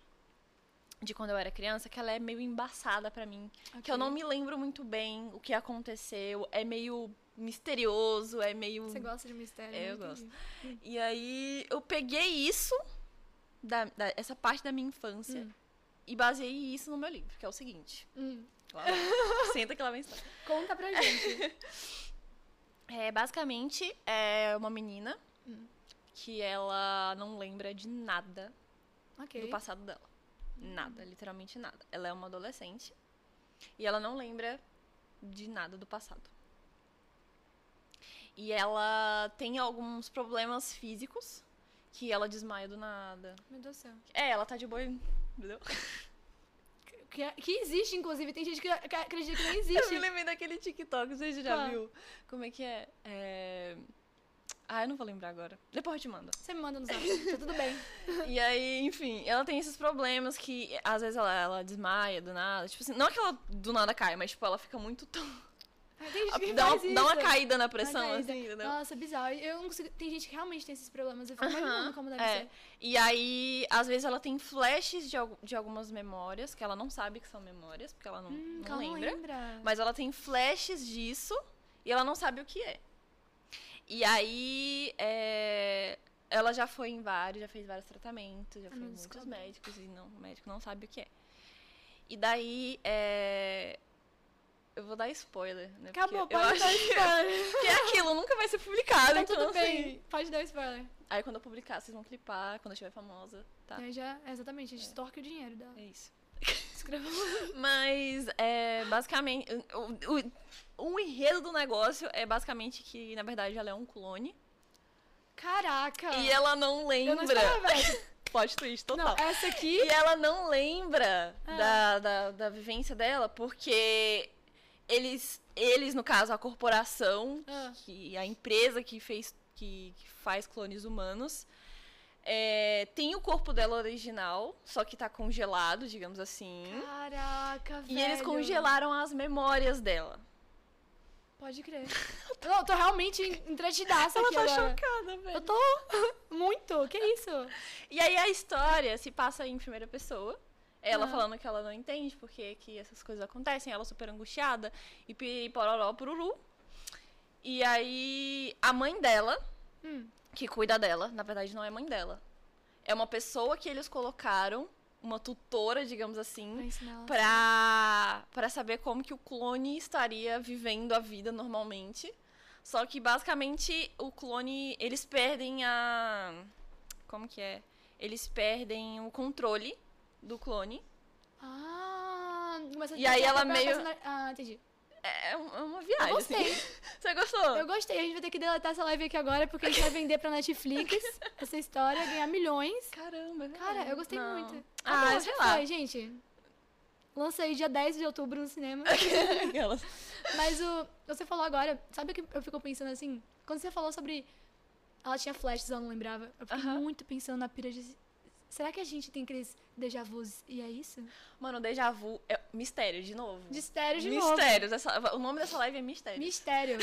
Speaker 3: de quando eu era criança, que ela é meio embaçada pra mim. Que eu não me lembro muito bem o que aconteceu. É meio misterioso, é meio.
Speaker 2: Você gosta de mistério?
Speaker 3: É, eu
Speaker 2: né? Entendi.
Speaker 3: E aí, eu peguei isso, da, da- essa parte da minha infância, e baseei isso no meu livro, que é o seguinte.
Speaker 2: Hum.
Speaker 3: Lá vai. Senta que lá vem a história.
Speaker 2: Conta pra gente.
Speaker 3: É, basicamente, é uma menina que ela não lembra de nada do
Speaker 2: ok.
Speaker 3: passado dela. Nada, literalmente nada. Ela é uma adolescente e ela não lembra de nada do passado. E ela tem alguns problemas físicos que ela desmaia do nada.
Speaker 2: Meu Deus do céu.
Speaker 3: É, ela tá de boa, entendeu?
Speaker 2: Que, que existe, inclusive. Tem gente que, que acredita que não
Speaker 3: Eu me
Speaker 2: existe.
Speaker 3: lembrei daquele TikTok, vocês já
Speaker 2: Qual?
Speaker 3: viu? Como é que é? é? Ah, eu não vou lembrar agora. Depois eu te mando.
Speaker 2: Você me manda nos zap. Tá tudo bem.
Speaker 3: E aí, enfim, ela tem esses problemas que às vezes ela, ela desmaia do nada. Tipo assim, não é que ela do nada cai, mas tipo, ela fica muito. tonta.
Speaker 2: Ai, Tem gente que
Speaker 3: Ah, dá,
Speaker 2: faz
Speaker 3: uma, dá uma
Speaker 2: isso.
Speaker 3: caída na pressão,
Speaker 2: Uma caída.
Speaker 3: assim, entendeu?
Speaker 2: Nossa, bizarro. Eu não consigo... Tem gente que realmente tem esses problemas. Eu fico
Speaker 3: Aham,
Speaker 2: imaginando como deve
Speaker 3: é.
Speaker 2: ser.
Speaker 3: E aí, às vezes ela tem flashes de, algu- de algumas memórias, que ela não sabe que são memórias, porque ela não,
Speaker 2: Hum,
Speaker 3: não
Speaker 2: ela
Speaker 3: lembra.
Speaker 2: não lembra.
Speaker 3: Mas ela tem flashes disso e ela não sabe o que é. E aí, é, ela já foi em vários, já fez vários tratamentos, já foi em
Speaker 2: não
Speaker 3: muitos
Speaker 2: descobre.
Speaker 3: médicos e não, o médico não sabe o que é. E daí, é, eu vou dar spoiler, né? porque
Speaker 2: Acabou,
Speaker 3: eu
Speaker 2: pode
Speaker 3: acho
Speaker 2: dar spoiler.
Speaker 3: que é aquilo, nunca vai ser publicado,
Speaker 2: Tá
Speaker 3: então
Speaker 2: tudo
Speaker 3: assim,
Speaker 2: bem. Pode dar spoiler.
Speaker 3: Aí quando eu publicar, vocês vão clipar, quando eu estiver famosa, tá?
Speaker 2: E aí já... é, Exatamente, a gente torque o dinheiro dela.
Speaker 3: É isso.
Speaker 2: Escreva.
Speaker 3: Mas, é, basicamente, o, o, o enredo do negócio é basicamente que, na verdade, ela é um clone.
Speaker 2: Caraca.
Speaker 3: E ela não
Speaker 2: Ah. Eu não
Speaker 3: lembra.
Speaker 2: esperava essa.
Speaker 3: Plot twist total.
Speaker 2: Não, essa aqui.
Speaker 3: E ela não lembra
Speaker 2: Ah.
Speaker 3: da, da, da vivência dela, porque eles, eles, no caso, a corporação,
Speaker 2: Ah.
Speaker 3: que, a empresa que fez que, que faz clones humanos, é, tem o corpo dela original, só que tá congelado, digamos assim.
Speaker 2: Caraca, velho.
Speaker 3: E eles congelaram as memórias dela.
Speaker 2: Pode crer. Não, eu tô realmente entretidaça
Speaker 3: Ela
Speaker 2: aqui
Speaker 3: tá
Speaker 2: agora.
Speaker 3: chocada, velho.
Speaker 2: Eu tô muito, que isso?
Speaker 3: E aí a história se passa em primeira pessoa. Ela
Speaker 2: Ah.
Speaker 3: falando que ela não entende porque que essas coisas acontecem, ela super angustiada e pi- pororó pururu. E aí a mãe dela,
Speaker 2: Hum.
Speaker 3: que cuida dela, na verdade não é mãe dela. É uma pessoa que eles colocaram, uma tutora, digamos
Speaker 2: Pra
Speaker 3: assim,
Speaker 2: ensinar ela.
Speaker 3: pra, pra saber como que o clone estaria vivendo a vida normalmente. Só que basicamente o clone, eles perdem a. Como que é? Eles perdem o controle do clone.
Speaker 2: Ah, mas
Speaker 3: E aí ela meio-
Speaker 2: Ah, entendi.
Speaker 3: É é uma viagem.
Speaker 2: Eu gostei,
Speaker 3: assim. Você gostou?
Speaker 2: eu gostei. A gente vai ter que deletar essa live aqui agora, porque a gente vai vender pra Netflix essa história, ganhar milhões.
Speaker 3: Caramba, é
Speaker 2: Cara,
Speaker 3: verdade.
Speaker 2: eu gostei
Speaker 3: Não.
Speaker 2: muito.
Speaker 3: Ah,
Speaker 2: bom,
Speaker 3: sei
Speaker 2: já
Speaker 3: lá.
Speaker 2: Foi, gente. Lancei dia 10 de outubro no cinema.
Speaker 3: Aquelas.
Speaker 2: Mas o. Você falou agora, sabe o que eu fico pensando assim? Quando você falou sobre. Ela tinha flashes, ela não lembrava. Eu fiquei
Speaker 3: Aham.
Speaker 2: muito pensando na pira de. Será que a gente tem aqueles déjà vus e é isso?
Speaker 3: Mano, déjà vu é mistério, de novo.
Speaker 2: Mistério de novo.
Speaker 3: Mistérios. essa- o nome dessa live é mistério.
Speaker 2: Mistério.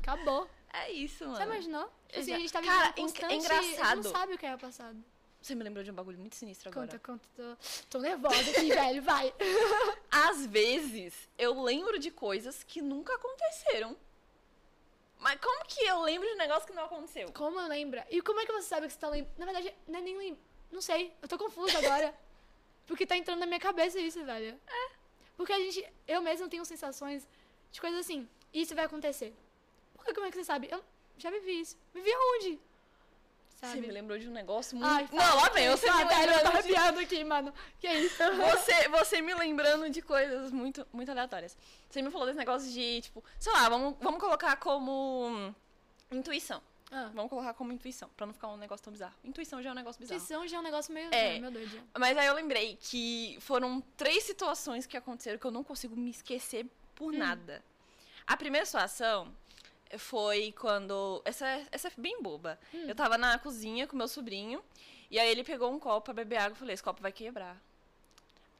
Speaker 2: Acabou.
Speaker 3: É isso, mano.
Speaker 2: Você imaginou? Tipo assim, a gente tá
Speaker 3: Exa- Cara,
Speaker 2: vivendo um
Speaker 3: en-
Speaker 2: constante... A
Speaker 3: engraçado.
Speaker 2: gente não sabe o que é o passado.
Speaker 3: Você me lembrou de um bagulho muito sinistro agora.
Speaker 2: Conta, conta. Tô, tô nervosa aqui, velho. Vai.
Speaker 3: Às vezes, eu lembro de coisas que nunca aconteceram. Mas como que eu lembro de um negócio que não aconteceu?
Speaker 2: Como lembra? E como é que você sabe que você tá lembrando? Na verdade, não é nem lembro. Não sei. Eu tô confusa agora. Porque tá entrando na minha cabeça isso, velho. É. Porque a gente. Eu mesma tenho sensações de coisas assim. Isso vai acontecer. Porque como é que você sabe? Eu já vivi isso. Vivi aonde?
Speaker 3: Você me
Speaker 2: Sabe?
Speaker 3: lembrou de um negócio muito.
Speaker 2: Ai,
Speaker 3: não, lá vem, você
Speaker 2: Ah,
Speaker 3: me
Speaker 2: velho, eu tô
Speaker 3: lembrando de...
Speaker 2: arrepiando aqui, mano. Que
Speaker 3: é
Speaker 2: isso?
Speaker 3: Você, você me lembrando de coisas muito, muito aleatórias. Você me falou desse negócio de, tipo, sei lá, vamos, vamos colocar como hum, intuição.
Speaker 2: Ah.
Speaker 3: Vamos colocar como intuição, pra não ficar um negócio tão bizarro. Intuição já é um negócio bizarro.
Speaker 2: Intuição já é um negócio meio,
Speaker 3: É.
Speaker 2: é. meio doido. já.
Speaker 3: Mas aí eu lembrei que foram três situações que aconteceram que eu não consigo me esquecer por nada. A primeira situação foi quando. Essa, é- essa é bem boba. Eu tava na cozinha com meu sobrinho, e aí ele pegou um copo pra beber água e falei: esse copo vai quebrar.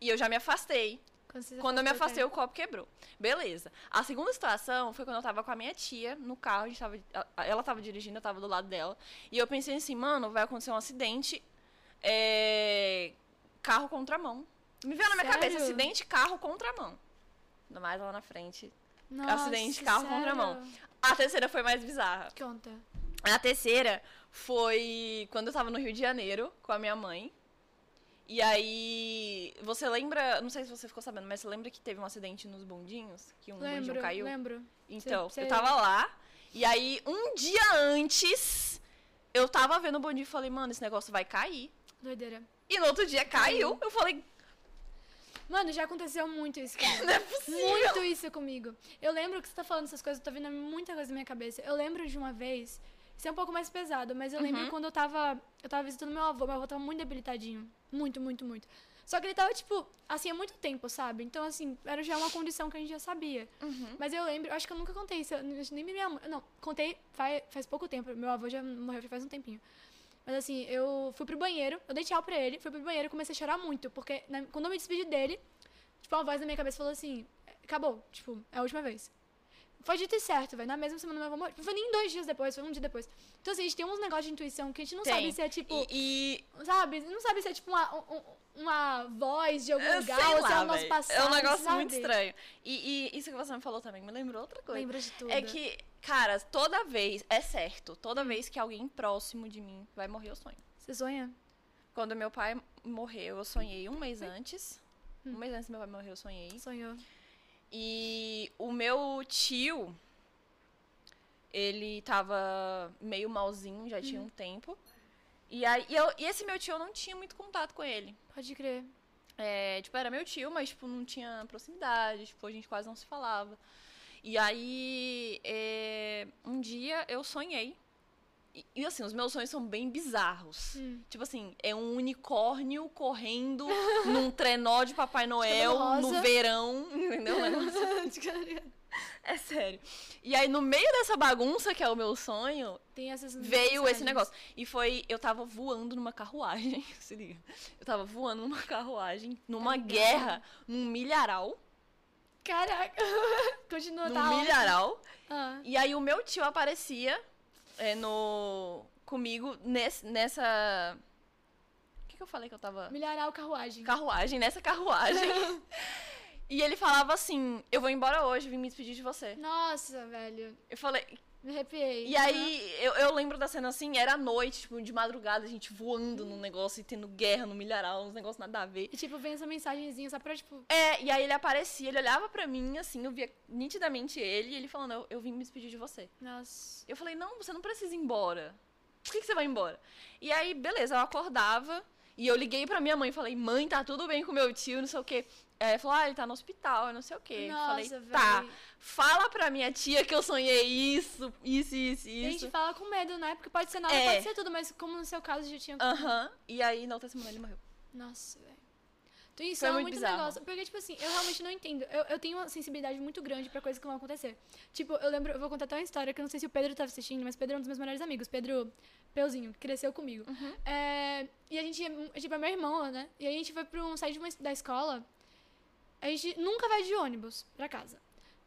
Speaker 3: E eu já me afastei.
Speaker 2: Quando, você se
Speaker 3: Quando eu me
Speaker 2: afastou,
Speaker 3: afastei, o copo quebrou. Beleza. A segunda situação foi quando eu tava com a minha tia no carro. A gente tava, a- ela tava dirigindo, eu tava do lado dela. E eu pensei assim, mano, vai acontecer um acidente. É... Carro contra mão. Me veio na minha
Speaker 2: Sério?
Speaker 3: cabeça, acidente, carro contra mão. Ainda mais lá na frente.
Speaker 2: cara. Nossa,
Speaker 3: acidente, carro,
Speaker 2: sério?
Speaker 3: contramão. A terceira foi mais bizarra.
Speaker 2: Conta.
Speaker 3: A terceira foi quando eu tava no Rio de Janeiro com a minha mãe. E aí, você lembra, não sei se você ficou sabendo, mas você lembra que teve um acidente nos bondinhos? Que um bondinho
Speaker 2: Lembro,
Speaker 3: caiu?
Speaker 2: lembro.
Speaker 3: Então,
Speaker 2: Cê-
Speaker 3: eu
Speaker 2: cê-
Speaker 3: tava lá, e aí um dia antes, eu tava vendo o bondinho e falei, mano, esse negócio vai cair.
Speaker 2: Doideira.
Speaker 3: E no outro dia caiu. Eu falei,
Speaker 2: Mano, já aconteceu muito isso comigo.
Speaker 3: não é possível.
Speaker 2: Muito isso comigo. Eu lembro que você tá falando essas coisas, eu tô vendo muita coisa na minha cabeça. Eu lembro de uma vez, isso é um pouco mais pesado, mas eu
Speaker 3: Uhum.
Speaker 2: lembro quando eu tava. Eu tava visitando meu avô, meu avô tava muito debilitadinho. Muito, muito, muito. Só que ele tava, tipo, assim, há muito tempo, sabe? Então, assim, era já uma condição que a gente já sabia.
Speaker 3: Uhum.
Speaker 2: Mas eu lembro, acho que eu nunca contei isso. eu n- Nem minha mãe. Não, contei faz, faz pouco tempo. Meu avô já morreu já faz um tempinho. Mas assim, eu fui pro banheiro, eu dei tchau pra ele, fui pro banheiro e comecei a chorar muito, porque na- quando eu me despedi dele, tipo, uma voz na minha cabeça falou assim: acabou, tipo, é a última vez. Foi dito e certo, velho. Na mesma semana meu avô morreu. Tipo, Foi nem dois dias depois, foi um dia depois. Então, assim, a gente tem uns negócios de intuição que a gente não
Speaker 3: Tem.
Speaker 2: sabe se é tipo.
Speaker 3: E,
Speaker 2: Sabe? Não sabe se é tipo uma, um- uma voz de algum
Speaker 3: e
Speaker 2: lugar
Speaker 3: sei
Speaker 2: ou se é
Speaker 3: lá,
Speaker 2: o nosso
Speaker 3: véi,
Speaker 2: passado.
Speaker 3: é um negócio
Speaker 2: sabe?
Speaker 3: muito estranho. E, e isso que você me falou também me lembrou outra coisa.
Speaker 2: Lembra de tudo.
Speaker 3: É que, cara, toda vez, é certo, toda vez que alguém próximo de mim vai morrer, eu sonho.
Speaker 2: Você sonha?
Speaker 3: Quando meu pai morreu, eu sonhei um mês antes. Um mês antes do meu pai morrer, eu sonhei.
Speaker 2: Sonhou.
Speaker 3: E o meu tio, ele tava meio malzinho, já tinha um tempo. E, aí, e eu- e esse meu tio, eu não tinha muito contato com ele.
Speaker 2: Pode crer.
Speaker 3: É, tipo, era meu tio, mas, tipo, não tinha proximidade, tipo, a gente quase não se falava. E aí, é, um dia eu sonhei. E, e, assim, os meus sonhos são bem bizarros.
Speaker 2: Hum.
Speaker 3: Tipo assim, é um unicórnio correndo num trenó de Papai Noel
Speaker 2: cabelo
Speaker 3: no
Speaker 2: Tipo rosa.
Speaker 3: verão, entendeu? Um negócio- É sério. E aí, no meio dessa bagunça que é o meu sonho,
Speaker 2: Tem essas
Speaker 3: veio esse
Speaker 2: mensagens.
Speaker 3: negócio. E foi, eu tava voando numa carruagem, se liga. Eu tava voando numa carruagem, numa
Speaker 2: ligado.
Speaker 3: guerra, num milharal.
Speaker 2: Caraca. Continua,
Speaker 3: no
Speaker 2: tá? ótimo.
Speaker 3: milharal.
Speaker 2: Ah,
Speaker 3: E aí o meu tio aparecia é, no comigo nesse- nessa. O que, que eu falei que eu tava.
Speaker 2: milharal carruagem.
Speaker 3: Carruagem, nessa carruagem. e ele falava assim: Eu vou embora hoje, vim me despedir de você.
Speaker 2: Nossa, velho.
Speaker 3: Eu falei.
Speaker 2: Me arrepiei.
Speaker 3: E aí eu, eu lembro da cena assim: era à noite, tipo, de madrugada, a gente voando no negócio e tendo guerra no milharal, uns negócios nada a ver.
Speaker 2: E tipo, vem essa mensagenzinha só pra, tipo,
Speaker 3: É, e aí ele aparecia, ele olhava pra mim, assim, eu via nitidamente ele, e ele falando: Eu, eu vim me despedir de você.
Speaker 2: nossa.
Speaker 3: Eu falei, não, você não precisa ir embora. Por que, que você vai embora? E aí, beleza, eu acordava e eu liguei pra minha mãe e falei, mãe, tá tudo bem com meu tio, não sei o quê. Aí ela falou, ah, ele tá no hospital, eu não sei o quê. Eu
Speaker 2: Nossa,
Speaker 3: falei,
Speaker 2: velho.
Speaker 3: tá, fala pra minha tia que eu sonhei isso, isso, isso,
Speaker 2: E a gente
Speaker 3: isso.
Speaker 2: fala com medo, né? Porque pode ser nada,
Speaker 3: É.
Speaker 2: pode ser tudo, mas como no seu caso já tinha.
Speaker 3: Aham. E aí, na outra semana ele morreu.
Speaker 2: Nossa, velho. Então isso é
Speaker 3: muito
Speaker 2: muito
Speaker 3: bizarro.
Speaker 2: negócio. Porque, tipo assim, eu realmente não entendo. Eu, eu tenho uma sensibilidade muito grande pra coisas que vão acontecer. Tipo, eu lembro, eu vou contar até uma história que eu não sei se o Pedro tava assistindo, mas o Pedro é um dos meus melhores amigos. Pedro Peuzinho, que cresceu comigo.
Speaker 3: Uhum.
Speaker 2: É, e a gente, é- tipo, é meu irmão, né? E aí a gente foi pra um, sair de uma, da escola. A gente nunca vai de ônibus pra casa.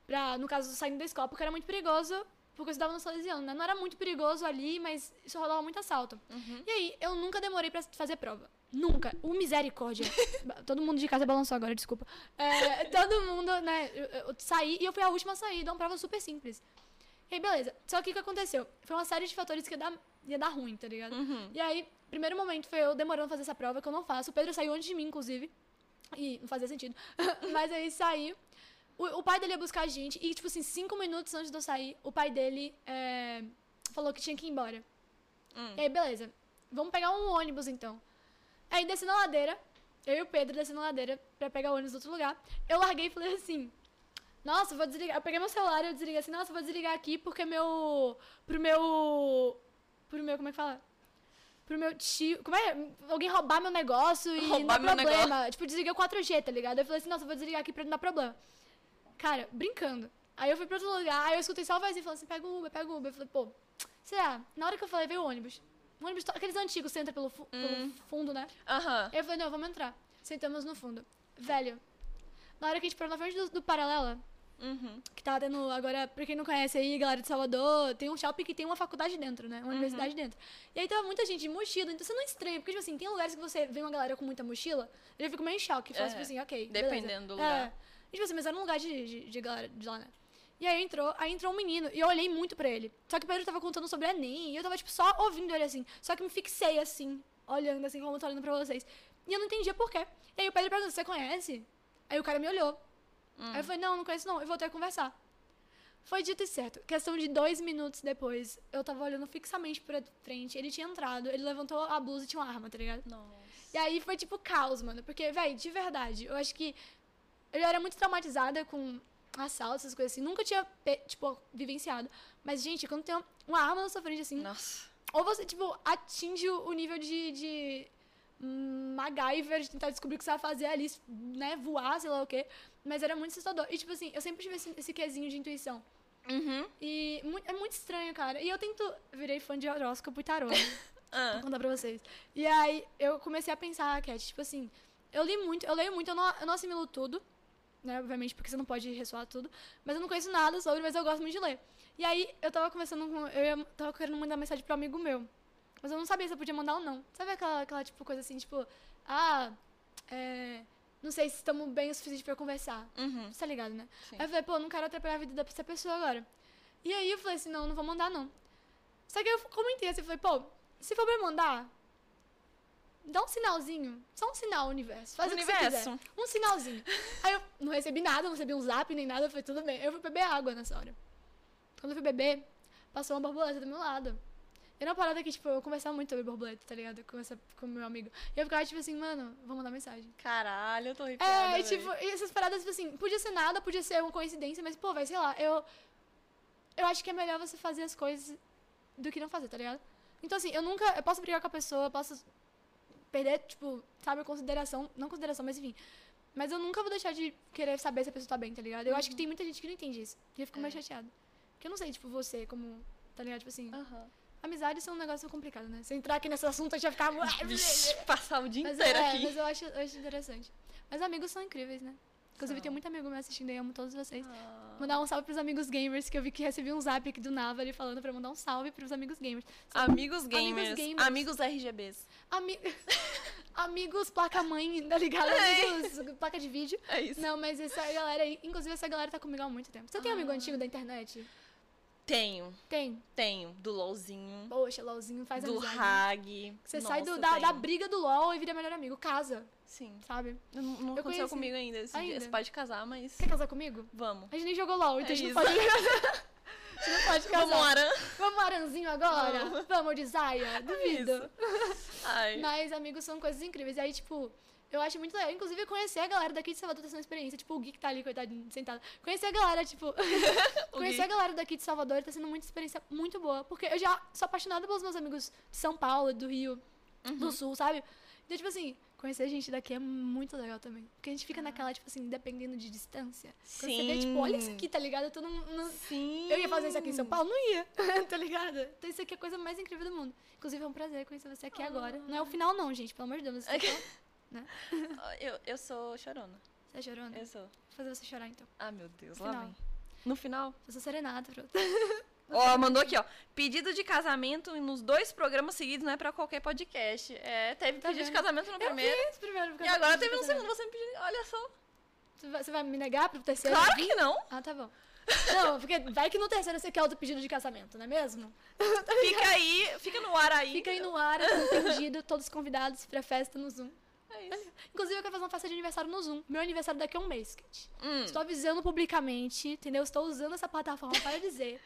Speaker 2: Pra, no caso, saindo da escola, porque era muito perigoso. Porque eu estudava no Salesiano, né? Não era muito perigoso ali, mas isso rolava muito assalto. E aí, eu nunca demorei pra fazer prova. Nunca. O misericórdia. Ba- todo mundo de casa balançou agora, desculpa. É, todo mundo, né? Eu, eu saí e eu fui a última a sair, de uma prova super simples. E aí, beleza. Só que o que aconteceu? Foi uma série de fatores que ia dar, ia dar ruim, tá ligado? E aí, primeiro momento foi eu demorando a fazer essa prova, que eu não faço. O Pedro saiu antes de mim, inclusive. E não fazia sentido. Mas aí saiu. O, o pai dele ia buscar a gente. E, tipo assim, cinco minutos antes de eu sair, o pai dele é, falou que tinha que ir embora.
Speaker 3: Hum.
Speaker 2: E aí, beleza. Vamos pegar um ônibus, então. Aí, descendo a ladeira, eu e o Pedro descendo a ladeira pra pegar o ônibus do outro lugar, eu larguei e falei assim... Nossa, vou desligar. Eu peguei meu celular e eu desliguei assim, nossa, vou desligar aqui porque meu... Pro meu... Pro meu, como é que fala? Pro meu tio... Como é? Alguém roubar meu negócio e
Speaker 3: Roubar
Speaker 2: não
Speaker 3: meu
Speaker 2: é problema. Tipo, desliguei o 4G, tá ligado? Eu falei assim, nossa, vou desligar aqui pra não dar problema. Cara, brincando. Aí eu fui pra outro lugar, aí eu escutei só o vozinho falando assim, pega o Uber, pega o Uber. Eu falei, pô, será? Na hora que eu falei, veio o ônibus. Um ônibus, to- aqueles antigos, você entra pelo, fu- pelo fundo, né?
Speaker 3: Aham.
Speaker 2: Eu falei, não, vamos entrar. Sentamos no fundo. Velho, na hora que a gente parou na frente do, do Paralela,
Speaker 3: Uhum.
Speaker 2: que tá tendo agora, pra quem não conhece aí, galera de Salvador, tem um shopping que tem uma faculdade dentro, né? Uma universidade dentro. E aí tava muita gente de mochila, então você não estranha, porque, tipo assim, tem lugares que você vê uma galera com muita mochila, eu já fico meio em choque. Falo,
Speaker 3: É,
Speaker 2: tipo assim, ok.
Speaker 3: dependendo do
Speaker 2: beleza.
Speaker 3: lugar.
Speaker 2: É. E, tipo assim, mas era um lugar de, de, de galera de lá, né? E aí entrou, aí entrou um menino, e eu olhei muito pra ele. Só que o Pedro tava contando sobre Enem, e eu tava, tipo, só ouvindo ele assim. Só que me fixei assim, olhando assim, como eu tô olhando pra vocês. E eu não entendia por quê. E aí o Pedro perguntou, você conhece? Aí o cara me olhou.
Speaker 3: Hum.
Speaker 2: Aí eu falei, não, não conheço não. E voltei a conversar. Foi dito e certo. Questão de dois minutos depois, eu tava olhando fixamente pra frente. Ele tinha entrado, ele levantou a blusa e tinha uma arma, tá ligado?
Speaker 3: Nossa.
Speaker 2: E aí foi tipo caos, mano. Porque, véi, de verdade, eu acho que eu era muito traumatizada com assalto, essas coisas assim. Nunca tinha, pe- tipo, vivenciado. Mas, gente, quando tem uma- uma arma na sua frente, assim,
Speaker 3: Nossa.
Speaker 2: ou você, tipo, atinge o o nível de, de hum, MacGyver, de tentar descobrir o que você vai fazer ali, né? Voar, sei lá o quê. Mas era muito assustador. E, tipo assim, eu sempre tive esse, esse quesinho de intuição.
Speaker 3: Uhum.
Speaker 2: E mu- é muito estranho, cara. E eu tento. Virei fã de horóscopo e tarô. né?
Speaker 3: Ah.
Speaker 2: Vou contar pra vocês. E aí eu comecei a pensar, Cat, tipo assim, eu li muito, eu leio muito, eu não, eu não assimilo tudo, né? Obviamente, porque você não pode ressoar tudo, mas eu não conheço nada sobre, mas eu gosto muito de ler. E aí eu tava conversando com. Eu ia- tava querendo mandar mensagem pro amigo meu. Mas eu não sabia se eu podia mandar ou não. Sabe aquela, aquela tipo, coisa assim, tipo, ah, é, não sei se estamos bem o suficiente pra conversar.
Speaker 3: Uhum.
Speaker 2: Você tá ligado, né?
Speaker 3: Sim.
Speaker 2: Aí eu falei, pô, não quero atrapalhar a vida dessa pessoa agora. E aí eu falei assim, não, não vou mandar, não. Só que eu comentei assim, eu falei, pô, se for pra mandar, dá um sinalzinho. Só um sinal, universo. Faz o que você
Speaker 3: Universo.
Speaker 2: quiser. Um sinalzinho. aí eu não recebi nada, não recebi um zap nem nada, eu falei, tudo bem. Eu fui beber água nessa hora. Quando eu fui beber, passou uma borboleta do meu lado. Era uma parada que, tipo, eu conversava muito sobre borboleta, tá ligado? Com, essa, com meu amigo. E eu ficava, tipo assim, mano, vou mandar mensagem.
Speaker 3: Caralho, eu tô arrepiada.
Speaker 2: É, e, tipo, e essas paradas, tipo assim, podia ser nada, podia ser uma coincidência, mas, pô, vai, sei lá, eu. Eu acho que é melhor você fazer as coisas do que não fazer, tá ligado? Então, assim, eu nunca. Eu posso brigar com a pessoa, eu posso perder, tipo, sabe, a consideração. Não consideração, mas enfim. Mas eu nunca vou deixar de querer saber se a pessoa tá bem, tá ligado? Eu acho que tem muita gente que não entende isso. E eu fico mais chateada. Porque eu não sei, tipo, você, como. Tá ligado? Tipo assim.
Speaker 3: Aham.
Speaker 2: Amizades são um negócio complicado, né? Se eu entrar aqui nesse assunto, a gente vai ficar. "Ah,
Speaker 3: Vixe, passar o dia
Speaker 2: Mas,
Speaker 3: inteiro
Speaker 2: é,
Speaker 3: aqui.
Speaker 2: mas eu acho, eu acho interessante. Mas amigos são incríveis, né? Inclusive, tem muito amigo me assistindo aí, amo todos vocês.
Speaker 3: Ah.
Speaker 2: Mandar um salve pros amigos gamers, que eu vi que recebi um zap aqui do Nava ali falando pra mandar um salve pros amigos gamers.
Speaker 3: Amigos gamers.
Speaker 2: Amigos
Speaker 3: Amigos,
Speaker 2: gamers.
Speaker 3: RGBs.
Speaker 2: Ami... amigos placa-mãe, tá ligado? Amigos placa de vídeo.
Speaker 3: É isso.
Speaker 2: Não, mas essa galera aí, inclusive essa galera tá comigo há muito tempo. Você tem
Speaker 3: Ah.
Speaker 2: amigo antigo da internet?
Speaker 3: Tenho,
Speaker 2: Tem.
Speaker 3: tenho. Do LOLzinho.
Speaker 2: Poxa, LOLzinho, faz
Speaker 3: do
Speaker 2: amizade.
Speaker 3: Hag.
Speaker 2: Você sai do-
Speaker 3: Nossa,
Speaker 2: da, da
Speaker 3: tenho.
Speaker 2: briga do LOL e vira melhor amigo. Casa,
Speaker 3: Sim.
Speaker 2: sabe?
Speaker 3: Não, não aconteceu
Speaker 2: conheci.
Speaker 3: comigo ainda. Esse
Speaker 2: Ainda.
Speaker 3: dia. Você pode casar, mas.
Speaker 2: Quer casar comigo?
Speaker 3: Vamos.
Speaker 2: A gente nem jogou LOL, então
Speaker 3: É
Speaker 2: a gente não
Speaker 3: isso.
Speaker 2: pode casar. a gente não pode casar.
Speaker 3: Vamos, Aran.
Speaker 2: Vamos aranzinho agora? Vamos É de Zaya? Duvido.
Speaker 3: Isso. Ai.
Speaker 2: Mas amigos são coisas incríveis. E aí, tipo, eu acho muito legal. Inclusive, conhecer a galera daqui de Salvador tá sendo uma experiência. Tipo, o Gui que tá ali, coitadinho, sentado. Conhecer a galera, tipo. conhecer
Speaker 3: Gui.
Speaker 2: a galera daqui de Salvador tá sendo uma experiência muito boa. Porque eu já sou apaixonada pelos meus amigos de São Paulo, do Rio, do Sul, sabe? Então, tipo assim. Conhecer gente daqui é muito legal também. Porque a gente fica naquela, tipo assim, dependendo de distância. Quando Você vê, tipo, olha isso aqui, tá ligado? Eu tô num- num-
Speaker 3: Sim.
Speaker 2: eu ia fazer isso aqui em São Paulo? Não ia, tá ligado? Então isso aqui é a coisa mais incrível do mundo. Inclusive, é um prazer conhecer você aqui agora. Não é o final, não, gente, pelo amor de Deus. Você, tá,
Speaker 3: Ah, Eu, eu sou chorona.
Speaker 2: você tá chorando?
Speaker 3: Eu sou.
Speaker 2: Vou fazer você chorar, então.
Speaker 3: Ah, meu Deus.
Speaker 2: Final.
Speaker 3: Lá vem. No final?
Speaker 2: Vou fazer serenata pra
Speaker 3: Ó, mandou aqui, ó. Pedido de casamento nos dois programas seguidos não é pra qualquer podcast. É, teve
Speaker 2: Tá
Speaker 3: pedido de
Speaker 2: vendo?
Speaker 3: casamento no primeiro.
Speaker 2: Esse primeiro, porque
Speaker 3: E
Speaker 2: eu não
Speaker 3: agora
Speaker 2: acredito
Speaker 3: teve no
Speaker 2: que eu tô
Speaker 3: segundo. Você me pediu. Olha só.
Speaker 2: vendo. Tu vai- Você vai me negar pro terceiro?
Speaker 3: Claro que não.
Speaker 2: Ah, tá bom. Não, porque vai que no terceiro você quer outro pedido de casamento, não é mesmo?
Speaker 3: Fica aí, fica no ar aí.
Speaker 2: Fica aí no ar, entendido, todos convidados pra festa no Zoom.
Speaker 3: É isso.
Speaker 2: Inclusive, eu quero fazer uma festa de aniversário no Zoom. Meu aniversário daqui a um mês, Kate.
Speaker 3: Hum.
Speaker 2: Estou avisando publicamente, entendeu? Estou usando essa plataforma para dizer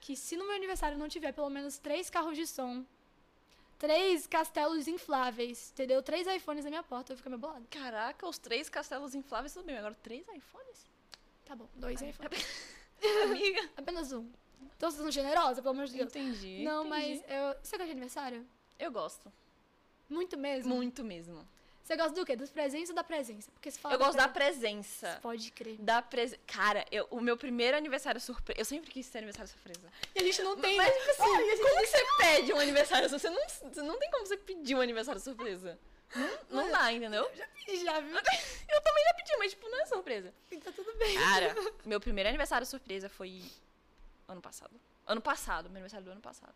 Speaker 2: que se no meu aniversário não tiver pelo menos três carros de som, três castelos infláveis, entendeu? Três iPhones na minha porta, eu fico meio bolada.
Speaker 3: Caraca, os três castelos infláveis, tudo bem. Agora três iPhones?
Speaker 2: Tá bom, dois iPhones.
Speaker 3: Amiga.
Speaker 2: Apenas um. Então vocês são generosa, pelo amor de Deus.
Speaker 3: Entendi.
Speaker 2: Não, mas
Speaker 3: entendi.
Speaker 2: eu... você gosta de aniversário?
Speaker 3: Eu gosto.
Speaker 2: Muito mesmo.
Speaker 3: Muito mesmo.
Speaker 2: Você gosta do quê? Dos presentes ou da presença? Porque se fala
Speaker 3: Eu gosto da
Speaker 2: pre-
Speaker 3: presença.
Speaker 2: Você Pode crer.
Speaker 3: Da presen... Cara, eu, o meu primeiro aniversário surpresa. Eu sempre quis ter aniversário surpresa.
Speaker 2: E a gente não tem.
Speaker 3: Mas, tipo assim, como que você pede um aniversário surpresa? Você não, você não tem como você pedir um aniversário surpresa. Não, não dá, entendeu?
Speaker 2: Já viu?
Speaker 3: Eu também já pedi, mas, tipo, não é surpresa.
Speaker 2: Tá tudo bem.
Speaker 3: Cara, meu primeiro aniversário surpresa foi ano passado. Ano passado, meu aniversário do ano passado.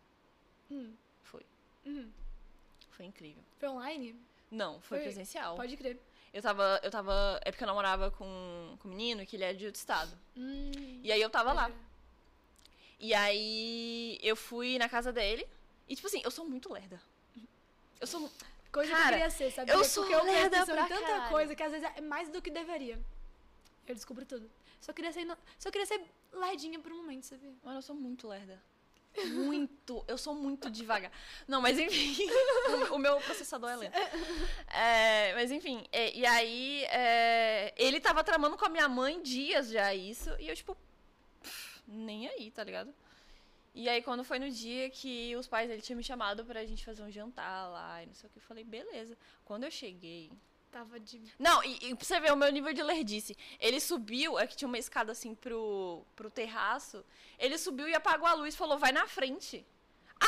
Speaker 2: Hum,
Speaker 3: Foi.
Speaker 2: hum.
Speaker 3: Foi incrível.
Speaker 2: Foi online?
Speaker 3: Não, foi,
Speaker 2: Foi-
Speaker 3: presencial.
Speaker 2: Pode crer.
Speaker 3: Eu tava. Eu tava. É porque eu namorava com, com um menino que ele é de outro estado.
Speaker 2: Hum.
Speaker 3: E aí eu tava lá. E aí eu fui na casa dele. E tipo assim, eu sou muito lerda. Eu sou. mu-
Speaker 2: Coisa que eu
Speaker 3: Cara,
Speaker 2: queria ser, sabe? É
Speaker 3: eu sou
Speaker 2: Porque eu presto
Speaker 3: lerda
Speaker 2: atenção em
Speaker 3: pra
Speaker 2: tanta
Speaker 3: caralho.
Speaker 2: coisa que às vezes é mais do que deveria. Eu descubro tudo. Só queria ser, ino- só queria ser lerdinha por um momento, sabe?
Speaker 3: Mano, eu sou muito lerda. Muito. Eu sou muito devagar. Não, mas enfim. o meu processador é lento. É, mas enfim. é, e aí. é, ele tava tramando com a minha mãe dias já isso. E eu, tipo. pff, Nem aí, tá ligado? E aí, quando foi no dia que os pais dele tinham me chamado pra gente fazer um jantar lá e não sei o que, eu falei, beleza. Quando eu cheguei,
Speaker 2: Tava de.
Speaker 3: Não, e, e pra você ver o meu nível de lerdice. Ele subiu, é que tinha uma escada assim pro, pro terraço. Ele subiu e apagou a luz e falou, vai na frente.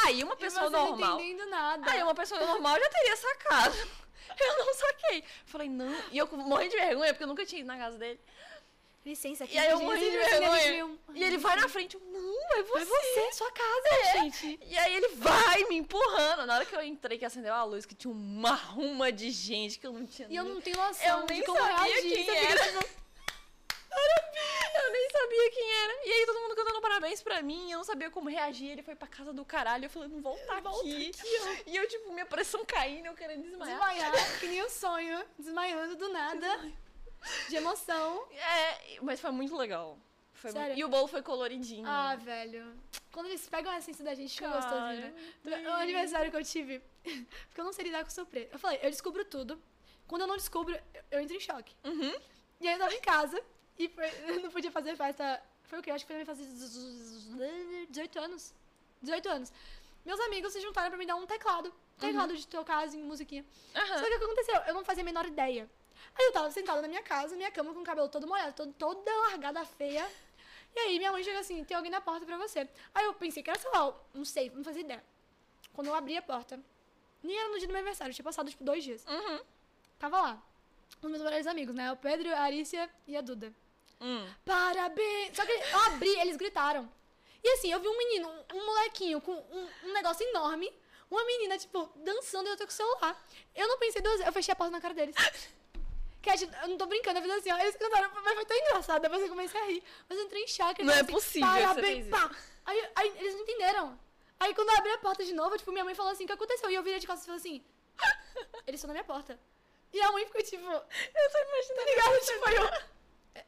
Speaker 3: Aí uma pessoa
Speaker 2: e você
Speaker 3: normal.
Speaker 2: não tá entendendo nada.
Speaker 3: Aí uma pessoa normal já teria sacado. Eu não saquei. Falei, não. E eu morri de vergonha, porque eu nunca tinha ido na casa dele.
Speaker 2: Licença aqui.
Speaker 3: E aí eu
Speaker 2: gente,
Speaker 3: morri de
Speaker 2: licença, minha gente,
Speaker 3: vergonha.
Speaker 2: meu-
Speaker 3: E ele vai na frente. Eu, não, é
Speaker 2: Foi
Speaker 3: você. É.
Speaker 2: você, sua casa, gente.
Speaker 3: E aí ele vai me empurrando. Na hora que eu entrei, que acendeu a luz, que tinha uma ruma de gente que eu não tinha
Speaker 2: E eu
Speaker 3: nem
Speaker 2: não tenho noção
Speaker 3: eu nem
Speaker 2: de como
Speaker 3: sabia
Speaker 2: reagir. Tipo,
Speaker 3: quem
Speaker 2: sabe?
Speaker 3: era. Eu nem sabia quem era. E aí todo mundo cantando parabéns pra mim, eu não sabia como reagir. Ele foi pra casa do caralho. Eu falei, não volta aqui. E eu, tipo, minha pressão caindo, eu querendo desmaiar.
Speaker 2: Desmaiar, que nem o sonho. Desmaiando do nada. De emoção.
Speaker 3: É, mas foi muito legal. Foi
Speaker 2: Sério?
Speaker 3: mu- E o bolo foi coloridinho.
Speaker 2: Ah, velho. Quando eles pegam a essência da gente, fica
Speaker 3: Hum. Cara,
Speaker 2: gostosinho, né?
Speaker 3: meu
Speaker 2: O aniversário que eu tive. Porque eu não sei lidar com surpresa. Eu falei, eu descubro tudo. Quando eu não descubro, eu- eu entro em choque. E aí eu tava em casa e foi- eu não podia fazer festa. Foi o quê? Acho que foi na minha festa de 18 anos. 18 anos. Meus amigos se juntaram pra me dar um teclado. Teclado de tocar assim, musiquinha.
Speaker 3: Aham.
Speaker 2: Só que o que aconteceu? Eu não fazia a menor ideia. Aí eu tava sentada na minha casa, minha cama com o cabelo todo molhado, todo, toda largada, feia. E aí minha mãe chega assim, tem alguém na porta pra você. Aí eu pensei que era, sei lá, um safe, não fazia ideia. Quando eu abri a porta, nem era no dia do meu aniversário, tinha passado tipo dois dias.
Speaker 3: Uhum.
Speaker 2: Tava lá. os meus melhores amigos, né? O Pedro, a Arícia e a Duda.
Speaker 3: Hum.
Speaker 2: Parabéns! Só que eu abri, eles gritaram. E assim, eu vi um menino, um- um molequinho com um, um negócio enorme, uma menina, tipo, dançando e eu tô com o celular. Eu não pensei duas vezes, eu fechei a porta na cara deles. Cat, eu não tô brincando, eu fiz assim, ó, eles cantaram, mas foi tão engraçado, depois eu comecei a rir. Mas eu entrei em chácara.
Speaker 3: Não
Speaker 2: eu
Speaker 3: é
Speaker 2: falei assim,
Speaker 3: possível que você fez
Speaker 2: Parabéns, pá! Aí, aí eles não entenderam. Aí quando eu abri a porta de novo, tipo, minha mãe falou assim, o que aconteceu? E eu virei de costas e falei assim, eles estão na minha porta. E a mãe ficou tipo, tá
Speaker 3: Eu tô imaginando ligado, tipo, eu...
Speaker 2: é,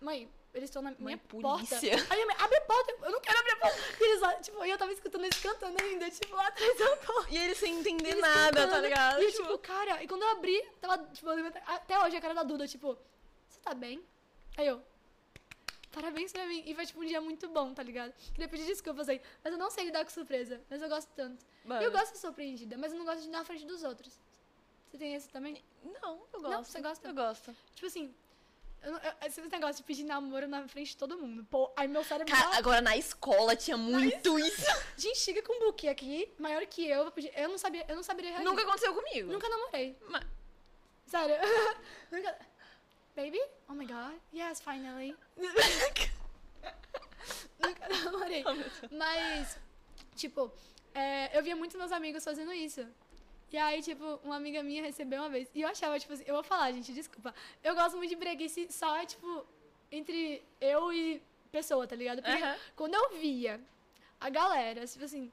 Speaker 2: Mãe, eles estão na minha porta.
Speaker 3: polícia.
Speaker 2: Aí minha mãe, abre a porta, eu não quero abrir a porta. E eles, lá, tipo, e eu tava escutando eles cantando ainda, tipo, lá atrás eu tô.
Speaker 3: E ele sem entender
Speaker 2: Eles
Speaker 3: nada, tá
Speaker 2: cantando.
Speaker 3: ligado?
Speaker 2: E eu, tipo, cara, e quando eu abri, tava, tipo, eu levantei- até hoje a cara da Duda, tipo, você tá bem? Aí eu, parabéns pra mim. E foi, tipo, um dia muito bom, tá ligado? Queria pedir desculpas aí, mas eu não sei lidar com surpresa, mas eu gosto tanto.
Speaker 3: Mano.
Speaker 2: Eu gosto de ser surpreendida, mas eu não gosto de dar na frente dos outros. Você tem esse também?
Speaker 3: Não, eu gosto.
Speaker 2: Não, você gosta?
Speaker 3: Eu gosto.
Speaker 2: Tipo assim, eu, não- eu, esse negócio de pedir namoro na frente de todo mundo. Pô, aí meu cérebro.
Speaker 3: Cara, agora na escola tinha muito isso.
Speaker 2: Gente, chega com um buquê aqui, maior que eu. eu vou pedir- Eu não sabia, eu não saberia reagir.
Speaker 3: Nunca aconteceu comigo.
Speaker 2: Nunca namorei.
Speaker 3: Mas-
Speaker 2: Sério. Nunca. Baby? Oh my god. Yes, finally. Nunca namorei. Mas, tipo, é, eu via muitos meus amigos fazendo isso. E aí, tipo, uma amiga minha recebeu uma vez. E eu achava, tipo assim, eu vou falar, gente, desculpa. Eu gosto muito de breguice só, tipo, entre eu e pessoa, tá ligado? Porque
Speaker 3: Aham.
Speaker 2: quando eu via a galera, tipo assim,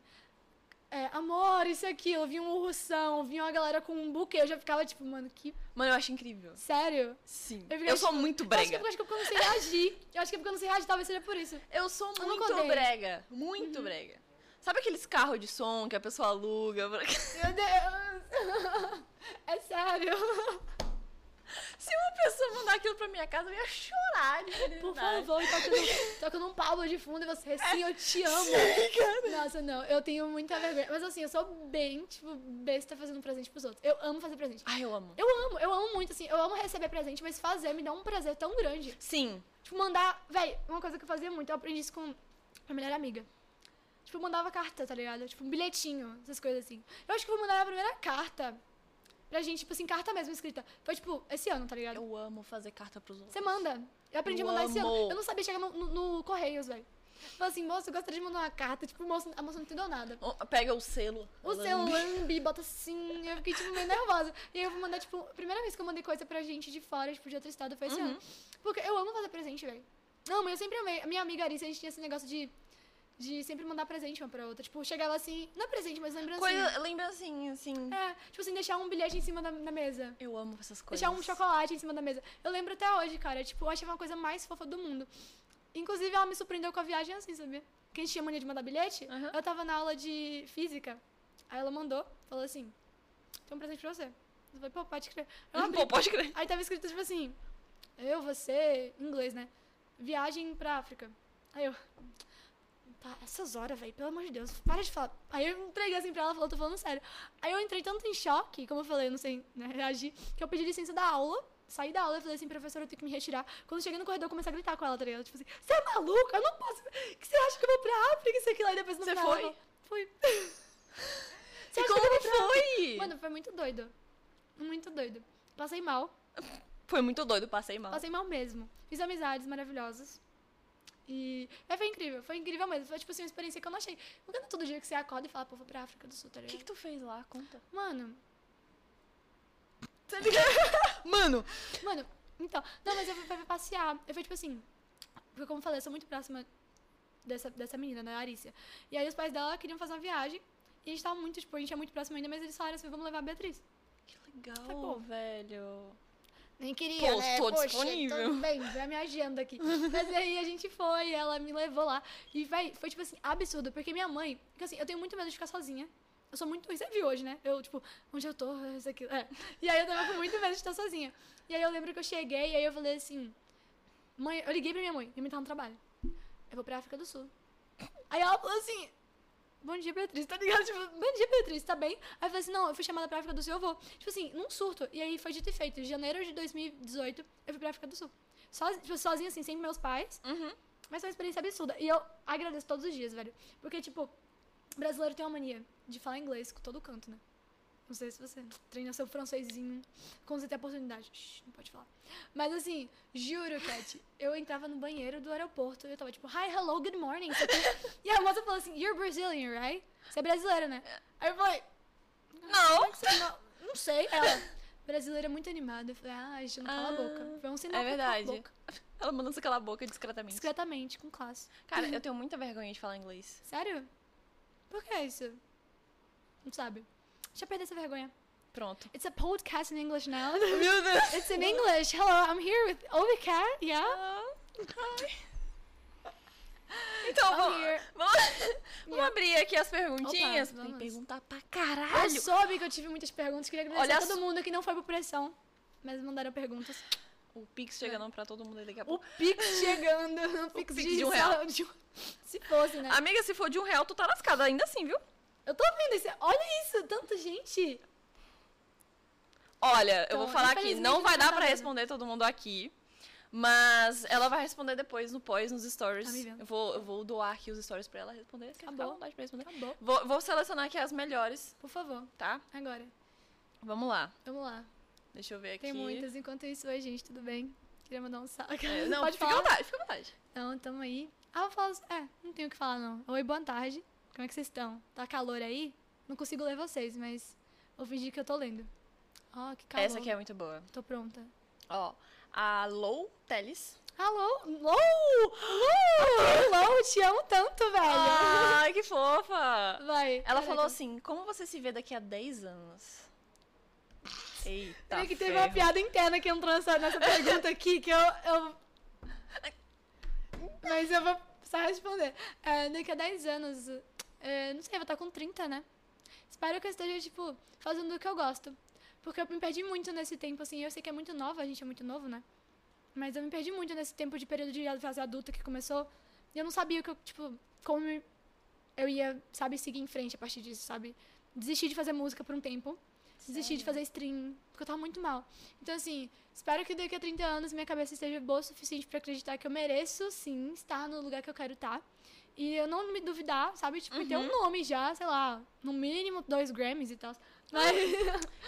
Speaker 2: é, amor, isso e aquilo, vinha um ursão, vinha uma galera com um buquê, eu já ficava, tipo, mano, que
Speaker 3: Mano, eu acho incrível.
Speaker 2: sério?
Speaker 3: Sim.
Speaker 2: Eu
Speaker 3: Eu,
Speaker 2: fiquei
Speaker 3: sou muito
Speaker 2: Eu acho que é
Speaker 3: brega.
Speaker 2: porque- acho que é porque eu não sei reagir. Eu acho que é porque eu não sei reagir, talvez seja por isso.
Speaker 3: Eu sou
Speaker 2: Eu nunca
Speaker 3: muito
Speaker 2: odeio.
Speaker 3: brega. Muito brega. Sabe aqueles carros de som que a pessoa aluga? pra-
Speaker 2: Meu Deus! É sério.
Speaker 3: Se uma pessoa mandar aquilo pra minha casa, eu ia chorar de
Speaker 2: Por
Speaker 3: felicidade.
Speaker 2: favor, tocando, tocando um Pablo de fundo e você, sim, eu te amo. Nossa, não, eu tenho muita vergonha. Mas assim, eu sou bem, tipo, besta fazendo presente pros outros. Eu amo fazer presente.
Speaker 3: Ai, eu amo.
Speaker 2: Eu amo, eu amo muito, assim, eu amo receber presente, mas fazer me dá um prazer tão grande.
Speaker 3: Sim.
Speaker 2: Tipo, mandar. Véi, uma coisa que eu fazia muito, eu aprendi isso com a melhor amiga. Tipo, eu mandava carta, tá ligado? Tipo, um bilhetinho, essas coisas assim. Eu acho que eu vou mandar a primeira carta pra gente, tipo assim, carta mesmo escrita. Foi, tipo, esse ano, tá ligado?
Speaker 3: Eu amo fazer carta pros outros.
Speaker 2: Você manda. Eu aprendi
Speaker 3: Eu
Speaker 2: a mandar esse ano.
Speaker 3: amo.
Speaker 2: Eu não sabia chegar no, no- no Correios, velho. Falei assim, moço, eu gostaria de mandar uma carta. Tipo, moço, a moça não entendeu nada.
Speaker 3: Oh, Pega o selo.
Speaker 2: O
Speaker 3: lambe.
Speaker 2: seu lambe, bota assim. Eu fiquei, tipo, meio nervosa. E aí eu vou mandar, tipo, a primeira vez que eu mandei coisa pra gente de fora, tipo, de outro estado, foi esse ano. Porque eu amo fazer presente, velho. Não, mas eu sempre amei. A minha amiga Arice, a gente tinha esse negócio de, de sempre mandar presente uma pra outra. Tipo, chegava assim, não é presente, mas lembrancinha.
Speaker 3: Coisa, lembra assim, assim.
Speaker 2: É, tipo assim, deixar um bilhete em cima da, da mesa.
Speaker 3: Eu amo essas coisas.
Speaker 2: Deixar um chocolate em cima da mesa. Eu lembro até hoje, cara. Tipo, eu achava uma coisa mais fofa do mundo. Inclusive, ela me surpreendeu com a viagem assim, sabia? Quem tinha mania de mandar bilhete,
Speaker 3: Aham.
Speaker 2: eu tava na aula de física. Aí ela mandou, falou assim: tem um presente pra você. Eu falei, pô, pode crer. Eu abri.
Speaker 3: Pô, pode crer.
Speaker 2: Aí tava escrito, tipo assim, eu, você, em inglês, né? Viagem pra África. Aí eu. Tá, essas horas, velho, pelo amor de Deus, para de falar. Aí eu entreguei assim pra ela, falou, tô falando sério. Aí eu entrei tanto em choque, como eu falei, eu não sei né, reagir, que eu pedi licença da aula, saí da aula e falei assim, professora, eu tenho que me retirar. Quando eu cheguei no corredor, eu comecei a gritar com ela, tá ligado? Tipo assim, você é maluca? Eu não posso. O que você acha que eu vou pra África? Isso aqui lá, e depois no
Speaker 3: Você
Speaker 2: final,
Speaker 3: foi?
Speaker 2: eu Fui.
Speaker 3: E
Speaker 2: acha que eu
Speaker 3: como
Speaker 2: vou pra
Speaker 3: foi?
Speaker 2: Mano, foi muito doido. Muito doido. Passei mal.
Speaker 3: Foi muito doido, passei mal.
Speaker 2: Passei mal mesmo. Fiz amizades maravilhosas. E é, foi incrível, foi incrível mesmo. Foi tipo assim, uma experiência que eu não achei. Porque não é todo dia que você acorda e fala, pô, vou pra África do Sul, tá
Speaker 3: O que,
Speaker 2: ligado?
Speaker 3: que tá- tu fez lá? Conta.
Speaker 2: Mano,
Speaker 3: Mano,
Speaker 2: mano, então. Não, mas eu fui, fui passear. Eu fui tipo assim. Porque como eu falei, eu sou muito próxima dessa, dessa menina, né, Arícia. E aí os pais dela queriam fazer uma viagem. E a gente tava muito, tipo, a gente é muito próximo ainda, mas eles falaram assim, vamos levar a Beatriz.
Speaker 3: que legal,
Speaker 2: Tá bom.
Speaker 3: velho.
Speaker 2: Nem queria,
Speaker 3: Pô,
Speaker 2: né?
Speaker 3: tô
Speaker 2: Poxa,
Speaker 3: disponível.
Speaker 2: Tudo bem, vê a minha agenda aqui. Mas aí a gente foi, ela me levou lá. E, véi, foi, tipo assim, absurdo. Porque minha mãe... Porque, assim, eu tenho muito medo de ficar sozinha. Eu sou muito... Você viu hoje, né? Eu, tipo, onde eu tô, isso aqui... É. E aí eu tava com muito medo de estar sozinha. E aí eu lembro que eu cheguei e aí eu falei assim... Mãe... Eu liguei pra minha mãe. Minha mãe tava no um trabalho. Eu vou pra África do Sul. Aí ela falou assim... Bom dia, Beatriz, tá ligado? Tipo, bom dia, Beatriz, tá bem? Aí eu falei assim, não, eu fui chamada pra África do Sul, eu vou. Tipo assim, num surto. E aí foi dito e feito. Em janeiro de 2018, eu fui pra África do Sul. Soz- tipo, sozinha, assim, sem meus pais.
Speaker 3: Uhum.
Speaker 2: Mas foi uma experiência absurda. E eu agradeço todos os dias, velho. Porque, tipo, brasileiro tem uma mania de falar inglês com todo canto, né? Não sei se você treina seu francesinho quando você tem a oportunidade. Shh, não pode falar. Mas assim, juro, Cat, eu entrava no banheiro do aeroporto e eu tava tipo, hi, hello, good morning. isso aqui. E a moça falou assim, you're Brazilian, right? Você é brasileira, né? Aí eu falei,
Speaker 3: Não.
Speaker 2: "Como é que você não, não sei. Ela, brasileira é muito animada. Eu falei, ah, a gente não cala a boca. Foi um sinal
Speaker 3: é
Speaker 2: pra eu calar a
Speaker 3: verdade.
Speaker 2: boca.
Speaker 3: Ela mandou você calar a boca discretamente.
Speaker 2: Discretamente, com classe.
Speaker 3: Cara, eu tenho muita vergonha de falar inglês.
Speaker 2: Sério? Por que isso? Não sabe. Deixa eu perder essa vergonha.
Speaker 3: Pronto.
Speaker 2: It's a podcast in English now.
Speaker 3: Meu Deus.
Speaker 2: It's in English. Hello, I'm here with Ovicat. Yeah.
Speaker 3: Então,
Speaker 2: I'm
Speaker 3: vamos,
Speaker 2: here.
Speaker 3: vamos, vamos abrir aqui as perguntinhas.
Speaker 2: Opa,
Speaker 3: Tem
Speaker 2: vamos.
Speaker 3: perguntar pra
Speaker 2: Eu
Speaker 3: caralho.
Speaker 2: soube que eu tive muitas perguntas. Queria agradecer
Speaker 3: Olha
Speaker 2: a
Speaker 3: só.
Speaker 2: todo mundo que não foi por pressão, mas mandaram perguntas.
Speaker 3: O Pix chegando pra todo mundo aí daqui a
Speaker 2: O
Speaker 3: pouco.
Speaker 2: Pix chegando. O Pix
Speaker 3: Tá Pix de um
Speaker 2: sal-
Speaker 3: real.
Speaker 2: de um- Se fosse, né?
Speaker 3: Amiga, se for de um real, tu tá lascada ainda assim, viu?
Speaker 2: Eu tô vendo esse. Olha isso, tanta gente.
Speaker 3: Olha, eu
Speaker 2: Então,
Speaker 3: vou falar aqui,
Speaker 2: infelizmente,
Speaker 3: não vai
Speaker 2: não
Speaker 3: dar
Speaker 2: tá
Speaker 3: pra
Speaker 2: dando.
Speaker 3: responder todo mundo aqui. Mas ela vai responder depois no pós, nos stories.
Speaker 2: Tá me vendo.
Speaker 3: eu, vou, eu vou doar aqui os stories pra ela responder. Fica à
Speaker 2: Acabou.
Speaker 3: vontade pra responder.
Speaker 2: Acabou.
Speaker 3: Vou, vou selecionar aqui as melhores,
Speaker 2: Tá Por favor,
Speaker 3: tá?
Speaker 2: agora.
Speaker 3: Vamos lá.
Speaker 2: Vamos lá.
Speaker 3: Deixa eu ver aqui.
Speaker 2: Tem muitas. Enquanto isso, oi, gente, tudo bem? Queria mandar um salve.
Speaker 3: É, não,
Speaker 2: Pode
Speaker 3: fica à
Speaker 2: falar?
Speaker 3: vontade, fica à vontade.
Speaker 2: Então, tamo aí. Ah, eu falo. É, não tenho o que falar, não. Oi, boa tarde. Como é que vocês estão? Tá calor aí? Não consigo ler vocês, mas vou fingir que eu tô lendo. Ó, que calor.
Speaker 3: Essa aqui é muito boa.
Speaker 2: Tô pronta.
Speaker 3: Ó, a Lou Teles.
Speaker 2: Alô? Lou! Lou! Lou, te amo tanto, velho.
Speaker 3: Ai, que fofa!
Speaker 2: Vai.
Speaker 3: Ah. Ela
Speaker 2: caraca.
Speaker 3: falou assim, como você se vê daqui a 10 anos? Eita
Speaker 2: Peraí que teve
Speaker 3: ferro.
Speaker 2: uma piada interna que entrou nessa, nessa pergunta aqui que eu, eu- Mas eu vou precisar responder. É, daqui a 10 anos, é, não sei, eu vou estar com 30, né? Espero que eu esteja, tipo, fazendo o que eu gosto. Porque eu me perdi muito nesse tempo, assim. Eu sei que é muito nova, a gente é muito novo, né? Mas eu me perdi muito nesse tempo de período de fase adulta que começou. E eu não sabia o que eu, tipo, como eu ia, sabe, seguir em frente a partir disso, sabe? Desisti de fazer música por um tempo. Desisti de fazer stream, porque eu tava muito mal. Então, assim, espero que daqui a 30 anos minha cabeça esteja boa o suficiente pra acreditar que eu mereço, sim, estar no lugar que eu quero estar. E eu não me duvidar, sabe? Tipo, ter um
Speaker 3: Uhum.
Speaker 2: nome já, sei lá, no mínimo dois Grammys e tal. Mas...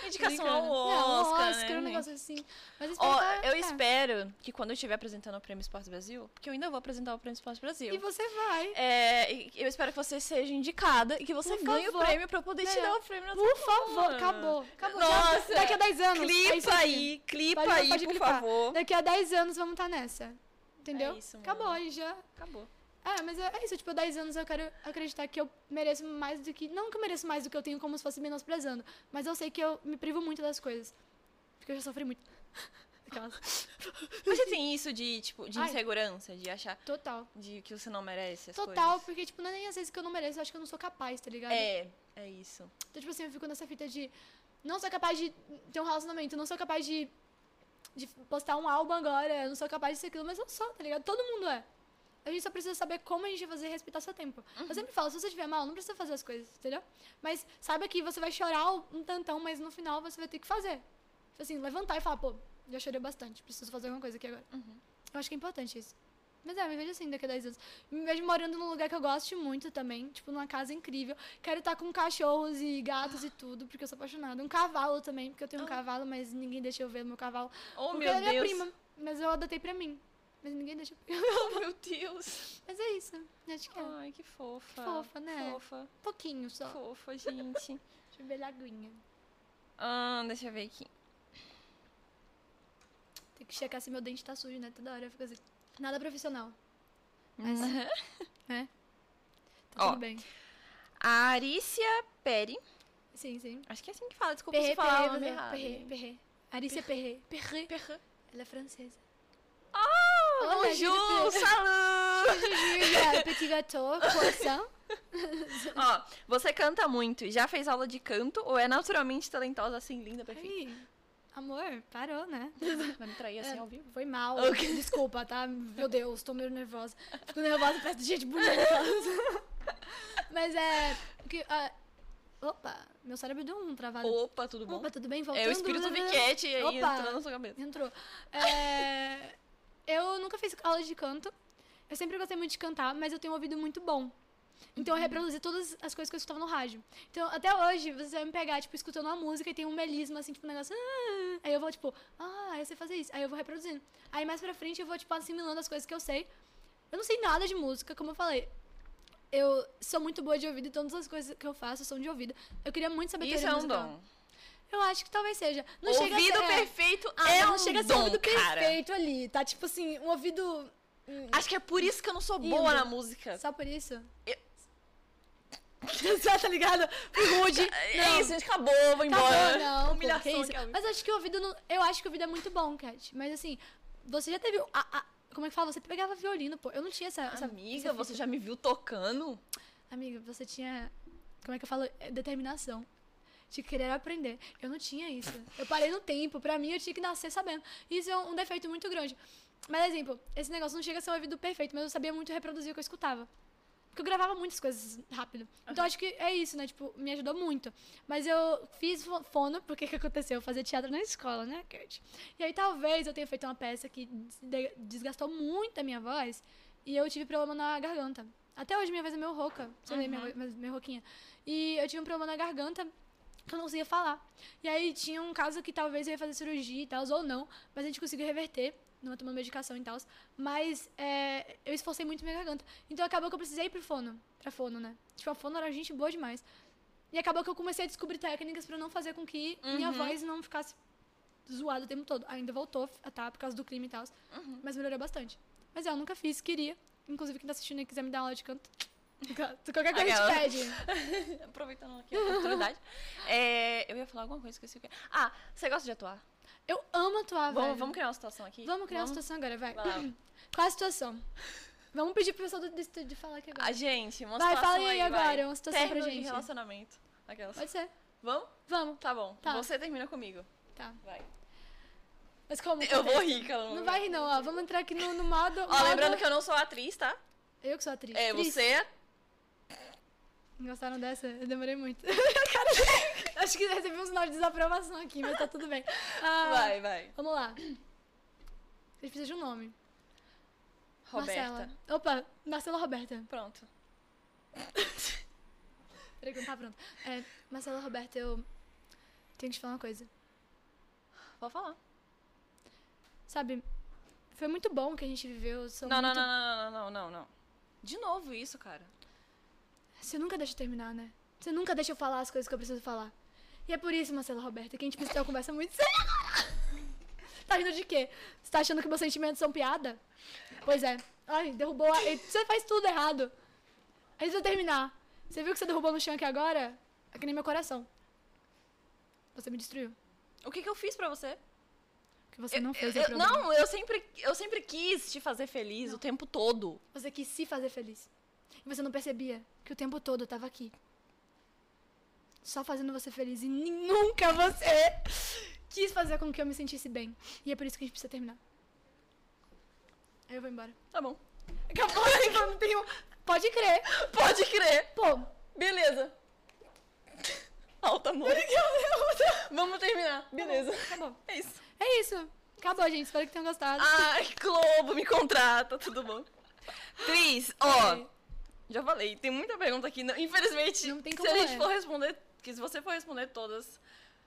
Speaker 3: Indicação
Speaker 2: Brincando.
Speaker 3: ao Oscar,
Speaker 2: É, Oscar,
Speaker 3: né?
Speaker 2: um negócio assim. Mas eu
Speaker 3: Ó,
Speaker 2: que-
Speaker 3: eu
Speaker 2: é.
Speaker 3: espero que quando eu estiver apresentando o Prêmio Esporte Brasil, porque eu ainda vou apresentar o Prêmio Esporte Brasil.
Speaker 2: E você vai.
Speaker 3: é, e- eu espero que você seja indicada e que você
Speaker 2: Por
Speaker 3: ganhe o
Speaker 2: favor.
Speaker 3: prêmio pra eu poder te
Speaker 2: Ganhar.
Speaker 3: dar o prêmio na
Speaker 2: Por favor, acabou. acabou. Já-
Speaker 3: Nossa.
Speaker 2: Daqui a 10 anos. é isso
Speaker 3: Clipa
Speaker 2: aqui.
Speaker 3: aí, clipa
Speaker 2: Pode-
Speaker 3: aí,
Speaker 2: pode
Speaker 3: por
Speaker 2: clipar. Né?
Speaker 3: favor.
Speaker 2: Daqui a 10 anos vamos estar nessa. Entendeu?
Speaker 3: É isso, mano.
Speaker 2: acabou, aí já.
Speaker 3: Acabou.
Speaker 2: É, mas é é isso, tipo, 10 anos eu quero acreditar que eu mereço mais do que. Não que eu mereço mais do que eu tenho, como se fosse menosprezando. Mas eu sei que eu me privo muito das coisas. Porque eu já sofri muito. Aquelas.
Speaker 3: Mas você tem isso de, tipo, de
Speaker 2: assim, Ai.
Speaker 3: insegurança, de achar
Speaker 2: Total.
Speaker 3: de que você não merece as
Speaker 2: Total,
Speaker 3: coisas?
Speaker 2: porque, tipo, não é nem às vezes que eu não mereço, eu acho que eu não sou capaz, tá ligado?
Speaker 3: É, é isso.
Speaker 2: Então, tipo assim, eu fico nessa fita de. Não sou capaz de ter um relacionamento, não sou capaz de. De postar um álbum agora, não sou capaz disso e aquilo, mas eu sou, tá ligado? Todo mundo é. A gente só precisa saber como a gente vai fazer e respeitar seu tempo. Eu sempre falo, se você estiver mal, não precisa fazer as coisas, entendeu? Mas saiba que você vai chorar um tantão, mas no final você vai ter que fazer. Tipo assim, levantar e falar, pô, já chorei bastante, preciso fazer alguma coisa aqui agora. Eu acho que é importante isso. Mas é, me vejo assim daqui a 10 anos. Me vejo morando num lugar que eu gosto muito também, tipo, numa casa incrível. Quero estar com cachorros e gatos e tudo, porque eu sou apaixonada. Um cavalo também, porque eu tenho um cavalo, mas ninguém deixa eu ver o meu cavalo.
Speaker 3: Ah. Oh,
Speaker 2: porque
Speaker 3: meu
Speaker 2: ele é minha
Speaker 3: Deus.
Speaker 2: prima, mas eu adotei pra mim. Mas ninguém deixa eu pegar.
Speaker 3: Oh, meu Deus.
Speaker 2: Mas é isso, eu acho que é.
Speaker 3: Ai, que fofa.
Speaker 2: Fofa, né?
Speaker 3: Ah, tá. Fofa,
Speaker 2: Pouquinho só.
Speaker 3: fofa, gente.
Speaker 2: Deixa eu beber aguinha.
Speaker 3: Ah, deixa eu ver aqui.
Speaker 2: Tem que checar se meu dente tá sujo, né? Toda hora eu fico assim. Nada profissional,
Speaker 3: Mas...
Speaker 2: né? Tá
Speaker 3: Ó.
Speaker 2: tudo bem.
Speaker 3: A Arícia Peri.
Speaker 2: Sim, sim.
Speaker 3: Acho que é assim que fala. Desculpa se
Speaker 2: Perré,
Speaker 3: falar
Speaker 2: perré,
Speaker 3: o nome
Speaker 2: você-
Speaker 3: errado.
Speaker 2: perré, perré. Arícia Perré. Perré.
Speaker 3: Perré.
Speaker 2: Ela é francesa.
Speaker 3: Oh,
Speaker 2: Olá,
Speaker 3: bonjour,
Speaker 2: gente.
Speaker 3: salut!
Speaker 2: Jujuba, petit gâteau, croissant.
Speaker 3: Ó, você canta muito. Já fez aula de canto ou é naturalmente talentosa assim, linda, perfeita?
Speaker 2: Ai, amor, parou, né?
Speaker 3: Vai me trair assim ao vivo?
Speaker 2: Foi mal. Desculpa, tá? Meu Deus, tô meio nervosa. Fico nervosa perto de gente bonita. Mas é... Que, ah, opa, meu cérebro deu um travado.
Speaker 3: Opa, tudo bom?
Speaker 2: Opa, tudo bem? Voltando.
Speaker 3: é o espírito Viquete aí
Speaker 2: Opa.
Speaker 3: entrando na sua cabeça.
Speaker 2: Entrou. É, eu nunca fiz aula de canto. Eu sempre gostei muito de cantar, mas eu tenho um ouvido muito bom. Então eu
Speaker 3: Uhum.
Speaker 2: reproduzia todas as coisas que eu escutava no rádio. Então até hoje, você vai me pegar, tipo, escutando uma música e tem um melisma, assim, tipo, um negócio. "Ah", Aí eu vou, tipo, ah, eu sei fazer isso. Aí eu vou reproduzindo. Aí mais pra frente eu vou, tipo, assimilando as coisas que eu sei. Eu não sei nada de música, como eu falei. Eu sou muito boa de ouvido e todas as coisas que eu faço são de ouvido. Eu queria muito saber
Speaker 3: Isso
Speaker 2: teoria
Speaker 3: é um
Speaker 2: musical.
Speaker 3: dom.
Speaker 2: Eu acho que talvez seja. Não chega a ser,
Speaker 3: ouvido
Speaker 2: é.
Speaker 3: perfeito
Speaker 2: Ah,
Speaker 3: é
Speaker 2: mas não
Speaker 3: um
Speaker 2: chega a ser um
Speaker 3: dom,
Speaker 2: ouvido
Speaker 3: cara.
Speaker 2: perfeito ali. Tá tipo assim, um ouvido.
Speaker 3: Acho que é por isso que eu não sou
Speaker 2: Lindo.
Speaker 3: boa na música.
Speaker 2: Só por isso.
Speaker 3: Eu-
Speaker 2: Você tá ligado? Rude.
Speaker 3: É isso, a gente acabou, vou
Speaker 2: Acabou,
Speaker 3: embora.
Speaker 2: não. pô,
Speaker 3: Humilhação
Speaker 2: que isso.
Speaker 3: que é o-
Speaker 2: Mas acho que o ouvido não. Eu acho que o ouvido é muito bom, Cat. Mas assim, você já teve. a- a- como é que fala? Você pegava violino, pô. Eu não tinha essa. essa-
Speaker 3: Amiga,
Speaker 2: essa
Speaker 3: você
Speaker 2: fita.
Speaker 3: já me viu tocando?
Speaker 2: Amiga, você tinha. Como é que eu falo? É, Determinação. De querer aprender. Eu não tinha isso. Eu parei no tempo. Pra mim, eu tinha que nascer sabendo. Isso é um um defeito muito grande. Mas, exemplo, esse negócio não chega a ser um ouvido perfeito, mas eu sabia muito reproduzir o que eu escutava. Porque eu gravava muitas coisas rápido. Então, acho que é isso, né? Tipo, me ajudou muito. Mas eu fiz fo- fono, porque que aconteceu? Eu fazia teatro na escola, né, Kurt? E aí, talvez eu tenha feito uma peça que des- de- desgastou muito a minha voz e eu tive problema na garganta. Até hoje minha voz é meio rouca. Você vê minha, voz- minha, minha rouquinha. E eu tive um problema na garganta que eu não conseguia falar. E aí tinha um caso que talvez eu ia fazer cirurgia e tal, ou não, mas a gente conseguiu reverter, não tomando medicação e tal. Mas é, eu esforcei muito minha garganta. Então acabou que eu precisei ir pro fono, pra fono, né? Tipo, a fono era gente boa demais. E acabou que eu comecei a descobrir técnicas pra não fazer com que minha voz não ficasse zoada o tempo todo. Ainda voltou a tá, por causa do crime e tal, mas melhorou bastante. Mas é, eu nunca fiz, queria. Inclusive, quem tá assistindo e quiser me dar aula de canto, qualquer coisa
Speaker 3: Aquela.
Speaker 2: te pede.
Speaker 3: Aproveitando aqui a oportunidade. É, eu ia falar alguma coisa, esqueci o que. Ah, você gosta de atuar?
Speaker 2: Eu amo atuar,
Speaker 3: Vamos,
Speaker 2: velho.
Speaker 3: Ah, vamos criar uma situação aqui?
Speaker 2: Vamos criar uma situação agora, vai.
Speaker 3: Vai lá.
Speaker 2: Qual a situação? Vamos pedir pro pessoal do, do estúdio falar aqui agora.
Speaker 3: A Ah, gente, uma
Speaker 2: Vai,
Speaker 3: situação
Speaker 2: fala aí
Speaker 3: vai.
Speaker 2: agora, uma situação pra
Speaker 3: Término de
Speaker 2: gente.
Speaker 3: relacionamento. Aquelas.
Speaker 2: Pode ser.
Speaker 3: Vamos?
Speaker 2: Vamos.
Speaker 3: Tá bom.
Speaker 2: Tá.
Speaker 3: Você termina comigo.
Speaker 2: Tá.
Speaker 3: Vai.
Speaker 2: Mas como?
Speaker 3: Eu vou rir, cara.
Speaker 2: Não vai rir, não, ó. Vamos entrar aqui no, no modo.
Speaker 3: Ó, lembrando que eu não sou atriz, tá?
Speaker 2: Eu que sou atriz.
Speaker 3: É,
Speaker 2: Atriz.
Speaker 3: você.
Speaker 2: Gostaram dessa? Eu demorei muito. Acho que recebi um sinal de desaprovação aqui, mas tá tudo bem. Ah,
Speaker 3: Vai, vai.
Speaker 2: Vamos lá. A gente precisa de um nome.
Speaker 3: Roberta.
Speaker 2: Marcela. Opa, Marcela Roberta.
Speaker 3: Pronto.
Speaker 2: Peraí que não tá pronto. É, Marcela Roberta, eu tenho que te falar uma coisa.
Speaker 3: Pode falar.
Speaker 2: Sabe, foi muito bom o que a gente viveu. São
Speaker 3: Não, não,
Speaker 2: muito...
Speaker 3: não, não, não, não, não, não. De novo isso, cara.
Speaker 2: Você nunca deixa eu terminar, né? Você nunca deixa eu falar as coisas que eu preciso falar. E é por isso, Marcela Roberta, que a gente precisa ter uma conversa muito séria agora. Tá rindo de quê? Você tá achando que meus sentimentos são piada? Pois é. Ai, derrubou a... e Você faz tudo errado. A gente precisa terminar. Você viu o que você derrubou no chão aqui agora? É que nem meu coração. Você me destruiu.
Speaker 3: O que, que eu fiz pra você?
Speaker 2: O que você não fez é
Speaker 3: Eu-
Speaker 2: problema.
Speaker 3: não, eu sempre, eu sempre quis te fazer feliz o tempo todo.
Speaker 2: Você quis se fazer feliz. E você não percebia que o tempo todo eu tava aqui. Só fazendo você feliz. E nin- nunca você quis fazer com que eu me sentisse bem. E é por isso que a gente precisa terminar. Aí eu vou embora.
Speaker 3: Tá bom.
Speaker 2: Acabou, eu não tenho. Pode crer.
Speaker 3: Pode crer.
Speaker 2: Pô,
Speaker 3: Beleza. Alta amor. Vamos terminar. Beleza.
Speaker 2: acabou.
Speaker 3: É isso.
Speaker 2: É isso. Acabou, gente. Espero que tenham gostado.
Speaker 3: Ai, Globo, me contrata. Tudo bom? Cris, ó. É,
Speaker 2: Ah,
Speaker 3: Já falei, tem muita pergunta aqui. não- infelizmente,
Speaker 2: Não tem
Speaker 3: se
Speaker 2: como
Speaker 3: a gente
Speaker 2: é.
Speaker 3: for responder, que se você for responder todas,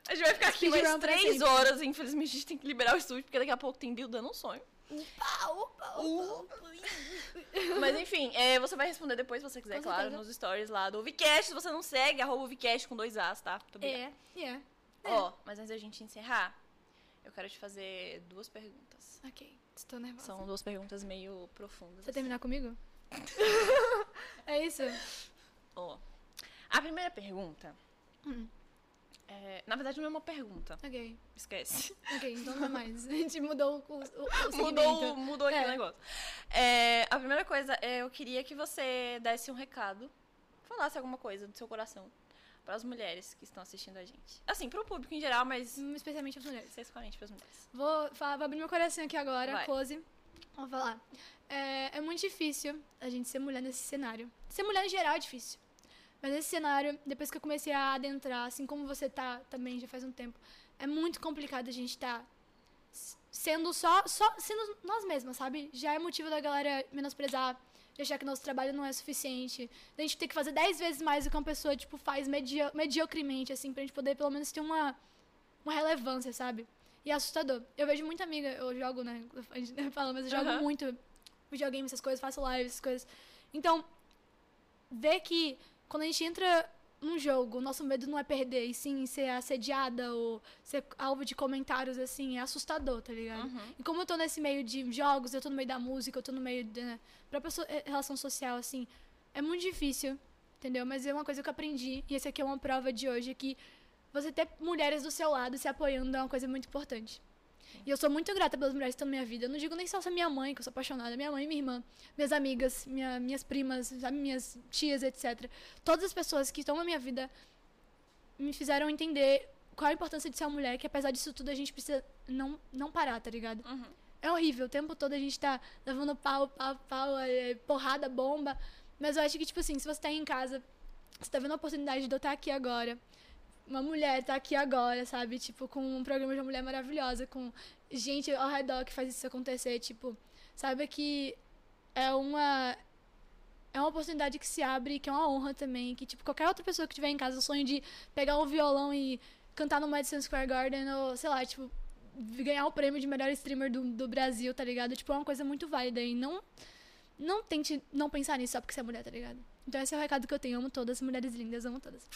Speaker 3: a gente vai ficar aqui
Speaker 2: Speed
Speaker 3: mais
Speaker 2: round pra
Speaker 3: três
Speaker 2: sempre.
Speaker 3: horas. Infelizmente, a gente tem que liberar o estúdio, porque daqui a pouco tem Bill dando um sonho.
Speaker 2: Opa, opa,
Speaker 3: Uh.
Speaker 2: opa.
Speaker 3: Mas enfim, é, você vai responder depois se você quiser,
Speaker 2: Com
Speaker 3: claro,
Speaker 2: certeza.
Speaker 3: nos stories lá do Vcast. Se você não segue, arroba o Vcast com dois As, tá? Muito obrigada.
Speaker 2: É, é.
Speaker 3: Ó, mas antes da gente encerrar, eu quero te fazer duas perguntas.
Speaker 2: Ok. Estou nervosa.
Speaker 3: São duas perguntas meio profundas.
Speaker 2: Você terminar comigo? é isso.
Speaker 3: Ó. A primeira pergunta.
Speaker 2: Hum.
Speaker 3: é, na verdade, não é uma pergunta.
Speaker 2: Ok.
Speaker 3: Esquece.
Speaker 2: Ok, então não é mais. A gente mudou o, o, o
Speaker 3: mudou,
Speaker 2: segmento.
Speaker 3: mudou aqui
Speaker 2: É.
Speaker 3: o negócio. É, a primeira coisa, é, eu queria que você desse um recado, falasse alguma coisa do seu coração para as mulheres que estão assistindo a gente. Assim, para o público em geral, mas
Speaker 2: Hum, Especialmente as mulheres.
Speaker 3: especificamente para as mulheres.
Speaker 2: Vou, falar, vou abrir meu coração aqui agora,
Speaker 3: Vai.
Speaker 2: close. Vou falar. É, é muito difícil a gente ser mulher nesse cenário. Ser mulher em geral é difícil. Mas nesse cenário, depois que eu comecei a adentrar, assim como você tá também já faz um tempo, é muito complicado a gente tá estar sendo só, só sendo nós mesmas, sabe? Já é motivo da galera menosprezar, de achar que nosso trabalho não é suficiente, da gente ter que fazer dez vezes mais do que uma pessoa, tipo, faz medio mediocremente, assim, pra gente poder pelo menos ter uma, uma relevância, sabe? E é assustador. Eu vejo muita amiga, eu jogo, né? A gente não fala, mas eu jogo
Speaker 3: Aham.
Speaker 2: muito videogame, essas coisas, faço live, essas coisas. Então, ver que quando a gente entra num jogo, o nosso medo não é perder, e sim ser assediada ou ser alvo de comentários, assim, é assustador, tá ligado? E como eu tô nesse meio de jogos, eu tô no meio da música, eu tô no meio da própria so- eh, relação social, assim, é muito difícil, entendeu? Mas é uma coisa que eu aprendi, e esse aqui é uma prova de hoje, que você ter mulheres do seu lado se apoiando é uma coisa muito importante. E eu sou muito grata pelas mulheres que estão na minha vida. Eu não digo nem só essa minha mãe, que eu sou apaixonada, minha mãe e minha irmã, minhas amigas, minha, minhas primas, sabe, minhas tias, etc. Todas as pessoas que estão na minha vida me fizeram entender qual a importância de ser uma mulher, que apesar disso tudo a gente precisa não, não parar, tá ligado?
Speaker 3: Uhum.
Speaker 2: É horrível, o tempo todo a gente tá levando pau, pau, pau, é, porrada, bomba. Mas eu acho que, tipo assim, se você tá aí em casa, você tá vendo a oportunidade de eu estar aqui agora. Uma mulher tá aqui agora, sabe? Tipo, com um programa de uma mulher maravilhosa, com gente ao redor que faz isso acontecer. Tipo, saiba que é uma. É uma oportunidade que se abre, que é uma honra também. Que, tipo, qualquer outra pessoa que tiver em casa o sonho de pegar um violão e cantar no Madison Square Garden, ou sei lá, tipo, ganhar o prêmio de melhor streamer do, do Brasil, tá ligado? Tipo, é uma coisa muito válida. E não, não tente não pensar nisso só porque você é mulher, tá ligado? Então esse é o recado que eu tenho. Amo todas, mulheres lindas, amo todas.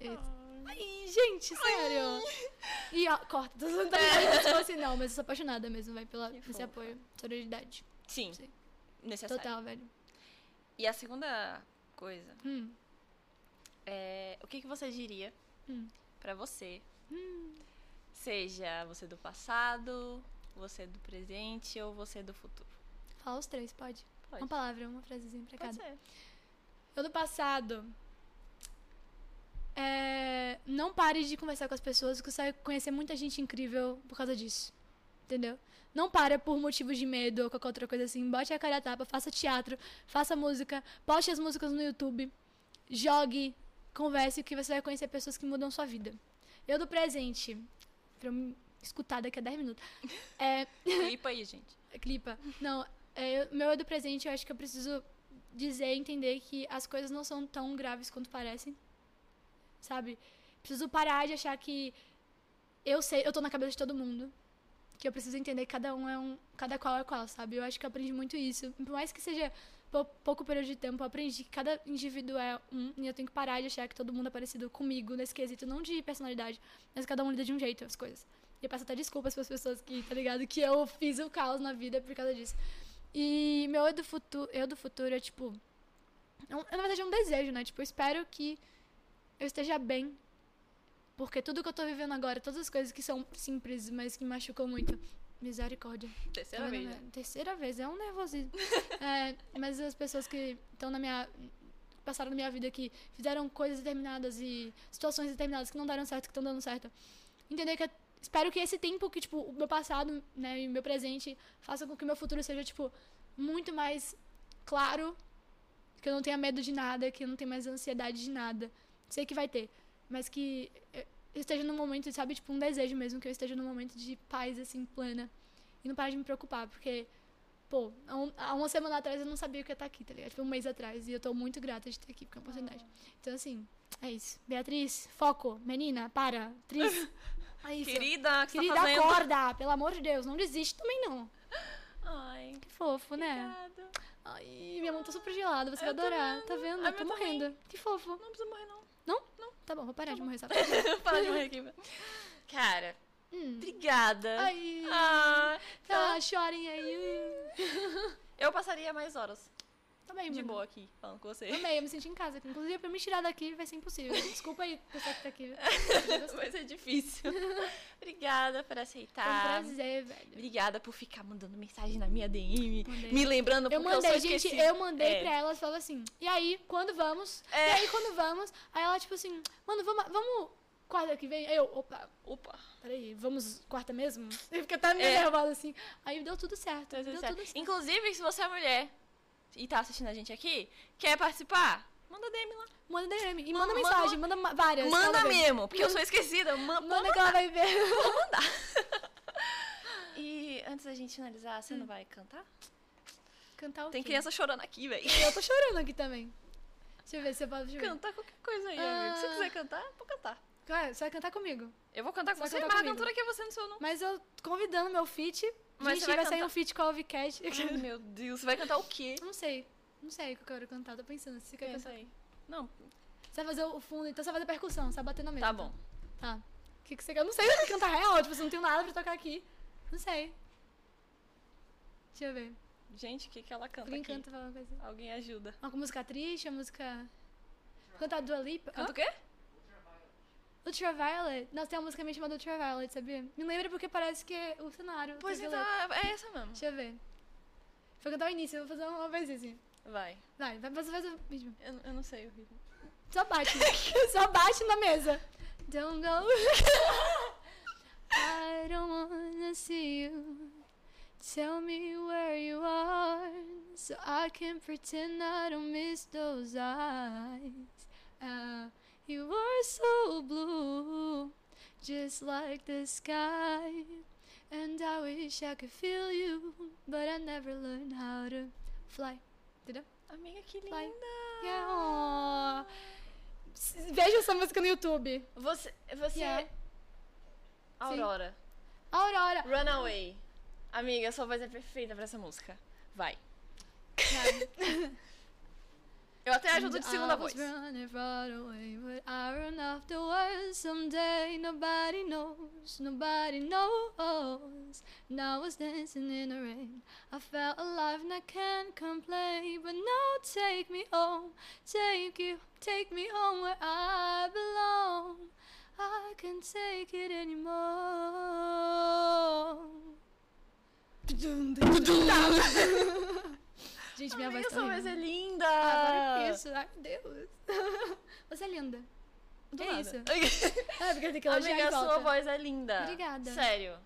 Speaker 2: É isso. Ai, gente, sério. E ó, corta. Tô zoando, tá ligado? Se fosse não, mas eu sou apaixonada mesmo, vai, pela,
Speaker 3: É. Que
Speaker 2: esse
Speaker 3: fofa.
Speaker 2: apoio. Sororidade.
Speaker 3: Sim.
Speaker 2: Sim.
Speaker 3: Necessário.
Speaker 2: Total, velho.
Speaker 3: E a segunda coisa
Speaker 2: Hum.
Speaker 3: é o que, que você diria
Speaker 2: Hum.
Speaker 3: pra você? Seja você do passado, você do presente ou você do futuro.
Speaker 2: Fala os três, pode?
Speaker 3: Pode.
Speaker 2: Uma palavra, uma frasezinha pra
Speaker 3: Pode
Speaker 2: cada.
Speaker 3: ser.
Speaker 2: Eu do passado. É, não pare de conversar com as pessoas, que você vai conhecer muita gente incrível por causa disso. Entendeu? Não para por motivos de medo ou qualquer outra coisa assim. Bote a cara a tapa, faça teatro, faça música, poste as músicas no YouTube, jogue, converse, que você vai conhecer pessoas que mudam sua vida. Eu do presente, pra eu me escutar daqui a 10 minutos. É,
Speaker 3: Clipa aí, gente.
Speaker 2: Clipa. Não, é, eu- meu é do presente, eu acho que eu preciso dizer, entender que as coisas não são tão graves quanto parecem. Sabe? Preciso parar de achar que eu sei, eu tô na cabeça de todo mundo. Que eu preciso entender que cada um é um, cada qual é qual, sabe? Eu acho que eu aprendi muito isso. Por mais que seja pou- pouco período de tempo, eu aprendi que cada indivíduo é um e eu tenho que parar de achar que todo mundo é parecido comigo nesse quesito, não de personalidade, mas cada um lida de um jeito as coisas. E eu peço até desculpas para as pessoas que, tá ligado? Que eu fiz o caos na vida por causa disso. E meu eu do futuro, eu do futuro é tipo. É um, é, na verdade, é um desejo, né? Tipo, eu espero que eu esteja bem. Porque tudo que eu tô vivendo agora, todas as coisas que são simples, mas que machucam muito. Misericórdia. Tá
Speaker 3: Terceira
Speaker 2: vendo,
Speaker 3: vez.
Speaker 2: né?
Speaker 3: né?
Speaker 2: Terceira vez, é um nervosismo. É, mas as pessoas que estão na minha. passaram na minha vida, que fizeram coisas determinadas e situações determinadas que não deram certo, que estão dando certo. Entender que. eu- Espero que esse tempo que, tipo, o meu passado, né, e o meu presente faça com que o meu futuro seja, tipo, muito mais claro. Que eu não tenha medo de nada, que eu não tenha mais ansiedade de nada. Sei que vai ter. Mas que eu esteja num momento, sabe, tipo, um desejo mesmo, que eu esteja num momento de paz, assim, plena. E não parar de me preocupar, porque, pô, há, um- há uma semana atrás eu não sabia que eu ia estar aqui, tá ligado? Tipo, um mês atrás. E eu tô muito grata de ter aqui, porque é uma oportunidade.
Speaker 3: Ah.
Speaker 2: Então, assim, é isso. Beatriz, foco. Menina, para. Atriz. É isso.
Speaker 3: Querida, o que
Speaker 2: Querida,
Speaker 3: você tá fazendo?
Speaker 2: acorda. Pelo amor de Deus, não desiste também, não.
Speaker 3: Ai,
Speaker 2: Que fofo, né?
Speaker 3: obrigada.
Speaker 2: Ai, minha mão tá super gelada, você
Speaker 3: Eu
Speaker 2: vai adorar.
Speaker 3: também.
Speaker 2: Tá vendo?
Speaker 3: A
Speaker 2: Eu tô
Speaker 3: minha também.
Speaker 2: morrendo. Que fofo.
Speaker 3: Não precisa morrer, não.
Speaker 2: Tá bom, vou parar de morrer, sabe?
Speaker 3: Para de morrer aqui. Cara,
Speaker 2: Hum.
Speaker 3: obrigada.
Speaker 2: Ai,
Speaker 3: Ah,
Speaker 2: tá, chorem aí.
Speaker 3: eu passaria mais horas
Speaker 2: Tá bem,
Speaker 3: de
Speaker 2: Bruno.
Speaker 3: boa aqui falando com você.
Speaker 2: Amei, eu me senti em casa. aqui. Inclusive, pra me tirar daqui vai ser impossível. Desculpa aí, pessoal que tá aqui.
Speaker 3: Vai ser difícil. Obrigada por
Speaker 2: Foi um
Speaker 3: aceitar.
Speaker 2: prazer, velho.
Speaker 3: Obrigada por ficar mandando mensagem na minha DM,
Speaker 2: Mandei.
Speaker 3: me lembrando porque
Speaker 2: Eu
Speaker 3: eu,
Speaker 2: mandei,
Speaker 3: sou
Speaker 2: gente,
Speaker 3: esquecida.
Speaker 2: eu mandei
Speaker 3: É.
Speaker 2: pra ela, falava assim, e aí, quando vamos?
Speaker 3: É.
Speaker 2: E aí, quando vamos? Aí ela, tipo assim, mano, vamos, vamos quarta que vem? Aí eu, opa,
Speaker 3: Opa.
Speaker 2: peraí, vamos quarta mesmo? Eu fiquei até meio
Speaker 3: É.
Speaker 2: nervosa, assim. Aí deu tudo certo,
Speaker 3: Tá
Speaker 2: deu,
Speaker 3: tudo certo.
Speaker 2: tudo certo.
Speaker 3: Inclusive, se você é mulher e tá assistindo a gente aqui, quer participar? Manda DM lá.
Speaker 2: Manda DM, e manda
Speaker 3: Manda-
Speaker 2: mensagem, manda, ma- várias.
Speaker 3: Manda
Speaker 2: fala,
Speaker 3: mesmo, porque eu sou esquecida. Ma-
Speaker 2: Manda que ela vai ver.
Speaker 3: E antes da gente finalizar, você não vai cantar?
Speaker 2: Cantar o
Speaker 3: Hum. Tem
Speaker 2: quê?
Speaker 3: criança chorando aqui, véi.
Speaker 2: Eu tô chorando aqui também. Deixa eu ver se eu posso... Deixa eu ver.
Speaker 3: Cantar qualquer coisa aí, amigo. Se
Speaker 2: Ah.
Speaker 3: você quiser cantar, pode cantar.
Speaker 2: Cara, você vai cantar comigo.
Speaker 3: Eu vou cantar com
Speaker 2: Você
Speaker 3: você,
Speaker 2: vai cantar
Speaker 3: mas a
Speaker 2: comigo.
Speaker 3: cantora que é você no seu não.
Speaker 2: Mas eu convidando meu feat.
Speaker 3: Mas
Speaker 2: Gente,
Speaker 3: você
Speaker 2: vai,
Speaker 3: vai
Speaker 2: sair
Speaker 3: cantar-
Speaker 2: um feat com a Ovcast.
Speaker 3: Ai, meu Deus, você vai cantar o quê?
Speaker 2: Não sei. Não sei o que eu quero cantar. Tô pensando. Você, quer
Speaker 3: Pensa
Speaker 2: cantar?
Speaker 3: aí. Não,
Speaker 2: você vai fazer o fundo, então você vai fazer percussão. Você vai bater na mesa.
Speaker 3: tá bom.
Speaker 2: Tá. O que, que você quer? Eu não sei o que cantar real. Tipo, você não tem nada pra tocar aqui. Não sei. Deixa eu ver.
Speaker 3: Gente, o que, que ela canta
Speaker 2: Alguém
Speaker 3: aqui?
Speaker 2: canta falar uma coisa.
Speaker 3: Alguém ajuda.
Speaker 2: Uma música triste, uma música... Cantar Dua Lipa.
Speaker 3: Canta o quê?
Speaker 2: Hã? Ultraviolet. Nossa, tem uma música minha chamada Ultraviolet, sabia? Me lembra porque parece que é o cenário.
Speaker 3: Pois então,
Speaker 2: ultraviolet.
Speaker 3: é essa mesmo.
Speaker 2: Deixa eu ver. Vou cantar o início, eu vou fazer uma vez assim.
Speaker 3: Vai.
Speaker 2: Vai, vai, você faz o mesmo.
Speaker 3: Eu, eu não sei o ritmo.
Speaker 2: Só bate. Só bate na mesa. Don't go. I don't wanna see you. Tell me where you are so I can pretend I don't miss those eyes. Ah, you are so blue, just like the sky. And I wish I could feel you, but I never learned how to fly. Entendeu?
Speaker 3: Amiga, que linda!
Speaker 2: Vai. Yeah, aw. S- Veja essa música no YouTube.
Speaker 3: Você. Você. é
Speaker 2: Yeah.
Speaker 3: Aurora.
Speaker 2: Aurora.
Speaker 3: Runaway. Amiga, sua voz é perfeita pra essa música. Vai. Eu até ajudo de segunda
Speaker 2: I was
Speaker 3: voz.
Speaker 2: running far away, but I run after words someday. Nobody knows, nobody knows. Now I was dancing in the rain. I felt alive and I can't complain. But now take me home, take you, take me home where I belong. I can't take it anymore. Gente, minha voz
Speaker 3: Amiga,
Speaker 2: tá
Speaker 3: sua
Speaker 2: horrível.
Speaker 3: voz é linda!
Speaker 2: Agora que isso, ai meu Deus. Ah. Você é linda.
Speaker 3: Do
Speaker 2: é
Speaker 3: nada.
Speaker 2: isso. É, porque tem que elogiar
Speaker 3: Amiga,
Speaker 2: e
Speaker 3: sua
Speaker 2: volta.
Speaker 3: voz é linda.
Speaker 2: Obrigada.
Speaker 3: Sério.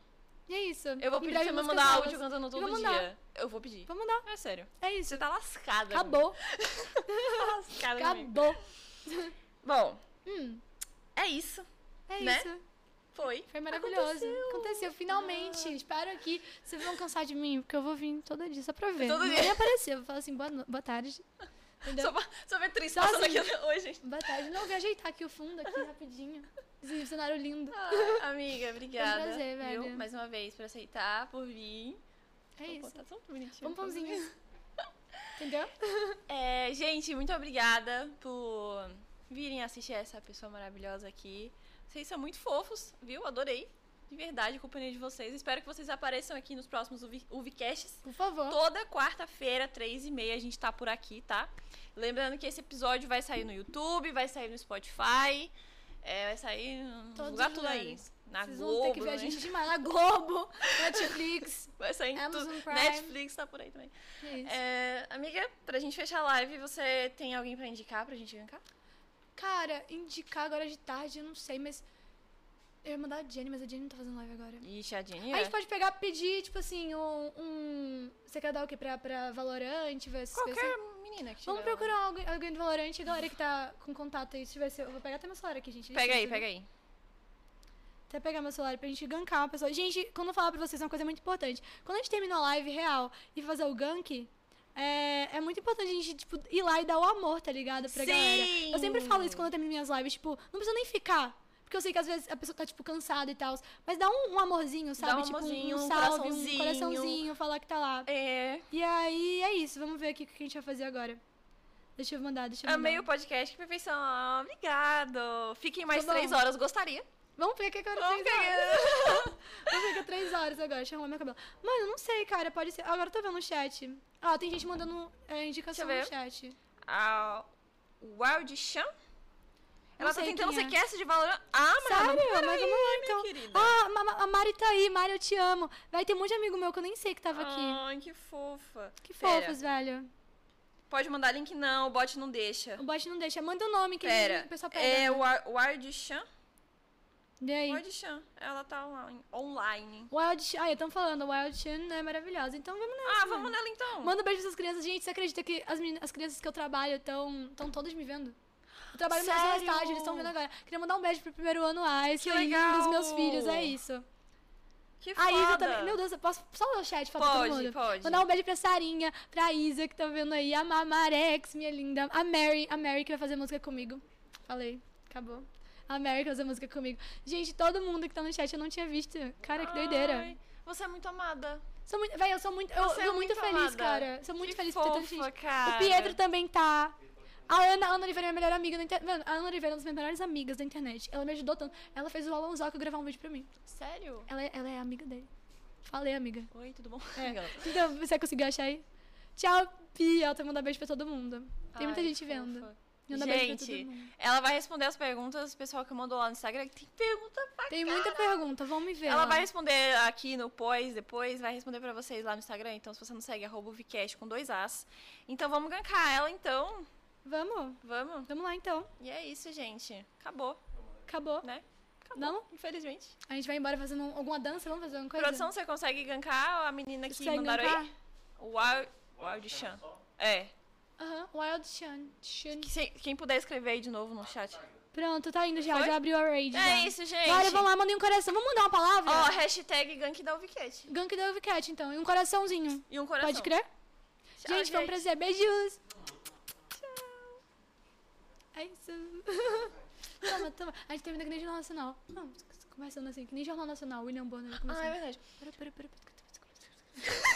Speaker 2: E é isso.
Speaker 3: Eu vou
Speaker 2: Em
Speaker 3: pedir pra
Speaker 2: breve
Speaker 3: você me
Speaker 2: músicas
Speaker 3: mandar
Speaker 2: novas.
Speaker 3: áudio cantando todo
Speaker 2: vou mandar.
Speaker 3: dia. Eu vou pedir.
Speaker 2: Vou mandar.
Speaker 3: É sério.
Speaker 2: É isso.
Speaker 3: Você tá lascada.
Speaker 2: Acabou.
Speaker 3: Tá lascada, amiga.
Speaker 2: Acabou.
Speaker 3: Bom,
Speaker 2: Hum,
Speaker 3: é isso.
Speaker 2: é
Speaker 3: Né?
Speaker 2: isso.
Speaker 3: Foi.
Speaker 2: Foi maravilhoso.
Speaker 3: Aconteceu. Ah.
Speaker 2: finalmente. Espero que vocês vão cansar de mim, porque eu vou vir todo dia só pra ver.
Speaker 3: Todo
Speaker 2: Não
Speaker 3: dia.
Speaker 2: Nem aparecer. Eu vou falar assim, boa, no- boa tarde. Entendeu?
Speaker 3: Só, pra- só ver triste
Speaker 2: Sozinha.
Speaker 3: passando aqui hoje, gente.
Speaker 2: Boa tarde. Não, eu vou ajeitar aqui o fundo, aqui rapidinho. Esse cenário lindo.
Speaker 3: Ai, Ah, amiga, obrigada.
Speaker 2: um prazer,
Speaker 3: viu?
Speaker 2: velho.
Speaker 3: Mais uma vez, por aceitar, por vir.
Speaker 2: É
Speaker 3: Pô,
Speaker 2: isso.
Speaker 3: Tá tão bonitinho.
Speaker 2: Vamos um pãozinhos. Entendeu?
Speaker 3: É, gente, muito obrigada por virem assistir essa pessoa maravilhosa aqui. Vocês são muito fofos, viu? Adorei. De verdade, a companhia de vocês. Espero que vocês apareçam aqui nos próximos UV UVcasts.
Speaker 2: Por favor.
Speaker 3: Toda quarta-feira, três e meia, a gente tá por aqui, tá? Lembrando que esse episódio vai sair no YouTube, vai sair no Spotify, é, vai sair no
Speaker 2: Todos
Speaker 3: lugar
Speaker 2: os
Speaker 3: tudo aí.
Speaker 2: lugares.
Speaker 3: Na
Speaker 2: Vocês
Speaker 3: Globo,
Speaker 2: vão ter que ver a
Speaker 3: né?
Speaker 2: gente demais na Globo, Netflix.
Speaker 3: vai sair em
Speaker 2: Amazon
Speaker 3: tudo.
Speaker 2: Prime.
Speaker 3: Netflix tá por aí também.
Speaker 2: É isso.
Speaker 3: É, amiga, pra gente fechar a live, você tem alguém pra indicar pra gente gankar?
Speaker 2: Cara, indicar agora de tarde, eu não sei, mas. Eu ia mandar a Jenny, mas a Jenny não tá fazendo live agora.
Speaker 3: Ixi, a Jenny.
Speaker 2: A
Speaker 3: é.
Speaker 2: gente pode pegar, pedir, tipo assim, um. um- você quer dar o quê? Pra, pra Valorante? Versus
Speaker 3: Qualquer
Speaker 2: PC?
Speaker 3: menina que tiver.
Speaker 2: assim? Vamos procurar alguém, alguém do Valorante, a galera que tá com contato aí. Se tiver, eu vou pegar até meu celular aqui, gente.
Speaker 3: Pega aí, pega
Speaker 2: né?
Speaker 3: aí.
Speaker 2: Até pegar meu celular pra gente gankar uma pessoa. Gente, quando eu falar pra vocês uma coisa muito importante. Quando a gente termina a live real e fazer o gank, é, é muito importante a gente, tipo, ir lá e dar o amor, tá ligado? Pra
Speaker 3: Sim!
Speaker 2: galera. Eu sempre falo isso quando eu termino minhas lives, tipo, não precisa nem ficar. Porque eu sei que às vezes a pessoa tá, tipo, cansada e tal. Mas dá um, um amorzinho, sabe?
Speaker 3: um
Speaker 2: tipo,
Speaker 3: amorzinho, um
Speaker 2: salve,
Speaker 3: coraçãozinho.
Speaker 2: um coraçãozinho, falar que tá lá.
Speaker 3: É.
Speaker 2: E aí é isso, vamos ver aqui o que a gente vai fazer agora. Deixa eu mandar, deixa eu mandar.
Speaker 3: Amei o podcast, que perfeição. Obrigado. Fiquem mais
Speaker 2: Tá bom.
Speaker 3: três horas, gostaria.
Speaker 2: Vamos ver o que agora
Speaker 3: Vamos
Speaker 2: tem
Speaker 3: pegar.
Speaker 2: Fica três horas agora, deixa eu arrumar meu cabelo. Mano, não sei, cara, pode ser. Agora eu tô vendo no chat. Ó, tem gente mandando é, indicação no
Speaker 3: Deixa
Speaker 2: chat.
Speaker 3: A Wild Chan? Ela tá
Speaker 2: sei
Speaker 3: tentando
Speaker 2: quem
Speaker 3: ser
Speaker 2: é.
Speaker 3: cast de valor. Ah, mas
Speaker 2: Sério? Mas
Speaker 3: peraí,
Speaker 2: vamos lá,
Speaker 3: minha
Speaker 2: então.
Speaker 3: querida.
Speaker 2: Ah, ma- ma- a Mari tá aí, Mari, eu te amo. Vai ter um monte de amigo meu que eu nem sei que tava aqui.
Speaker 3: Ai, que fofa.
Speaker 2: Que
Speaker 3: Ah, Pera,
Speaker 2: fofos, velho.
Speaker 3: Pode mandar link, não, o bot não deixa.
Speaker 2: O bot não deixa. Manda o nome que
Speaker 3: Pera,
Speaker 2: o pessoal pega.
Speaker 3: é
Speaker 2: né?
Speaker 3: o Wild Chan?
Speaker 2: Vê aí.
Speaker 3: Wild Chan, ela tá online. online.
Speaker 2: Wild Chan. Ah, estão falando, Wild Chan é maravilhosa. Então vamos nessa.
Speaker 3: Ah,
Speaker 2: mano.
Speaker 3: vamos nela então.
Speaker 2: Manda um beijo pra essas crianças. Gente, você acredita que as, meninas- as crianças que eu trabalho estão tão todas me vendo? Eu trabalho mais
Speaker 3: Sério?
Speaker 2: mais tarde, eles estão vendo agora. Queria mandar um beijo pro primeiro ano A, esse
Speaker 3: Que
Speaker 2: lindo dos meus
Speaker 3: legal!
Speaker 2: filhos, é isso.
Speaker 3: Que foda.
Speaker 2: A Isa também. Meu Deus, eu posso só o chat pra todo
Speaker 3: Pode,
Speaker 2: mundo?
Speaker 3: pode.
Speaker 2: Mandar um beijo pra Sarinha, pra Isa, que tá vendo aí, a Mamarex, minha linda. A Mary, a Mary que vai fazer música comigo. Falei, acabou. A Mary que vai fazer música comigo. Gente, todo mundo que tá no chat eu não tinha visto. Cara, que doideira.
Speaker 3: Ai, Você é muito amada.
Speaker 2: Sou muito, véi, eu sou muito. Eu
Speaker 3: Você
Speaker 2: sou
Speaker 3: é
Speaker 2: muito,
Speaker 3: muito
Speaker 2: feliz,
Speaker 3: amada.
Speaker 2: cara. Sou muito
Speaker 3: Que
Speaker 2: feliz por ter tanta
Speaker 3: fofa,
Speaker 2: gente.
Speaker 3: cara.
Speaker 2: O Pietro também tá. A Ana, a Ana Oliveira é minha melhor amiga da internet. Mano, a Ana Oliveira é uma das minhas melhores amigas da internet. Ela me ajudou tanto. Ela fez o Alonsoca gravar um vídeo pra mim.
Speaker 3: Sério?
Speaker 2: Ela, é- ela é amiga dele. Falei, amiga.
Speaker 3: Oi, tudo bom?
Speaker 2: Então, você conseguiu achar aí? Tchau, Pia. Ela tá mandando beijo pra todo mundo. Tem muita
Speaker 3: Ai,
Speaker 2: gente
Speaker 3: fofa.
Speaker 2: vendo. Manda beijo pra todo
Speaker 3: Gente,
Speaker 2: mundo.
Speaker 3: Ela vai responder as perguntas, pessoal que mandou lá no Instagram. que Tem pergunta pra
Speaker 2: Tem muita pergunta, vamos me ver.
Speaker 3: Ela
Speaker 2: lá.
Speaker 3: vai responder aqui no pós, depois, vai responder pra vocês lá no Instagram. Então, se você não segue, arroba o Vcast com dois As. Então, vamos gankar ela, então.
Speaker 2: Vamos,
Speaker 3: Vamos.
Speaker 2: vamos lá então.
Speaker 3: E é isso, gente. Acabou,
Speaker 2: Acabou.
Speaker 3: né? Acabou,
Speaker 2: Não?
Speaker 3: infelizmente.
Speaker 2: A gente vai embora fazendo um- alguma dança, vamos fazer alguma coisa?
Speaker 3: Produção, você consegue gankar a menina que
Speaker 2: Vocês conseguem
Speaker 3: mandaram
Speaker 2: cantar?
Speaker 3: aí? O Wild, Wild Chan. É.
Speaker 2: Aham, Wild Chan. Chan.
Speaker 3: Que se- Quem puder escrever aí de novo no chat.
Speaker 2: Pronto, tá indo já,
Speaker 3: Foi?
Speaker 2: já abriu a raid. já.
Speaker 3: É isso, gente.
Speaker 2: Bora, vamos lá, mandem um coração. Vamos mandar uma palavra?
Speaker 3: Ó, hashtag gank da Uvicat.
Speaker 2: Gank da Cat, então. E um coraçãozinho.
Speaker 3: E um coração.
Speaker 2: Pode crer?
Speaker 3: Tchau,
Speaker 2: gente, foi um prazer. Beijos. É isso. toma, toma. A gente termina que nem Jornal Nacional. Não, conversando assim, que nem Jornal Nacional. William Bonner
Speaker 3: Ah, é
Speaker 2: começando.
Speaker 3: verdade.
Speaker 2: Pera, pera, pera, pera.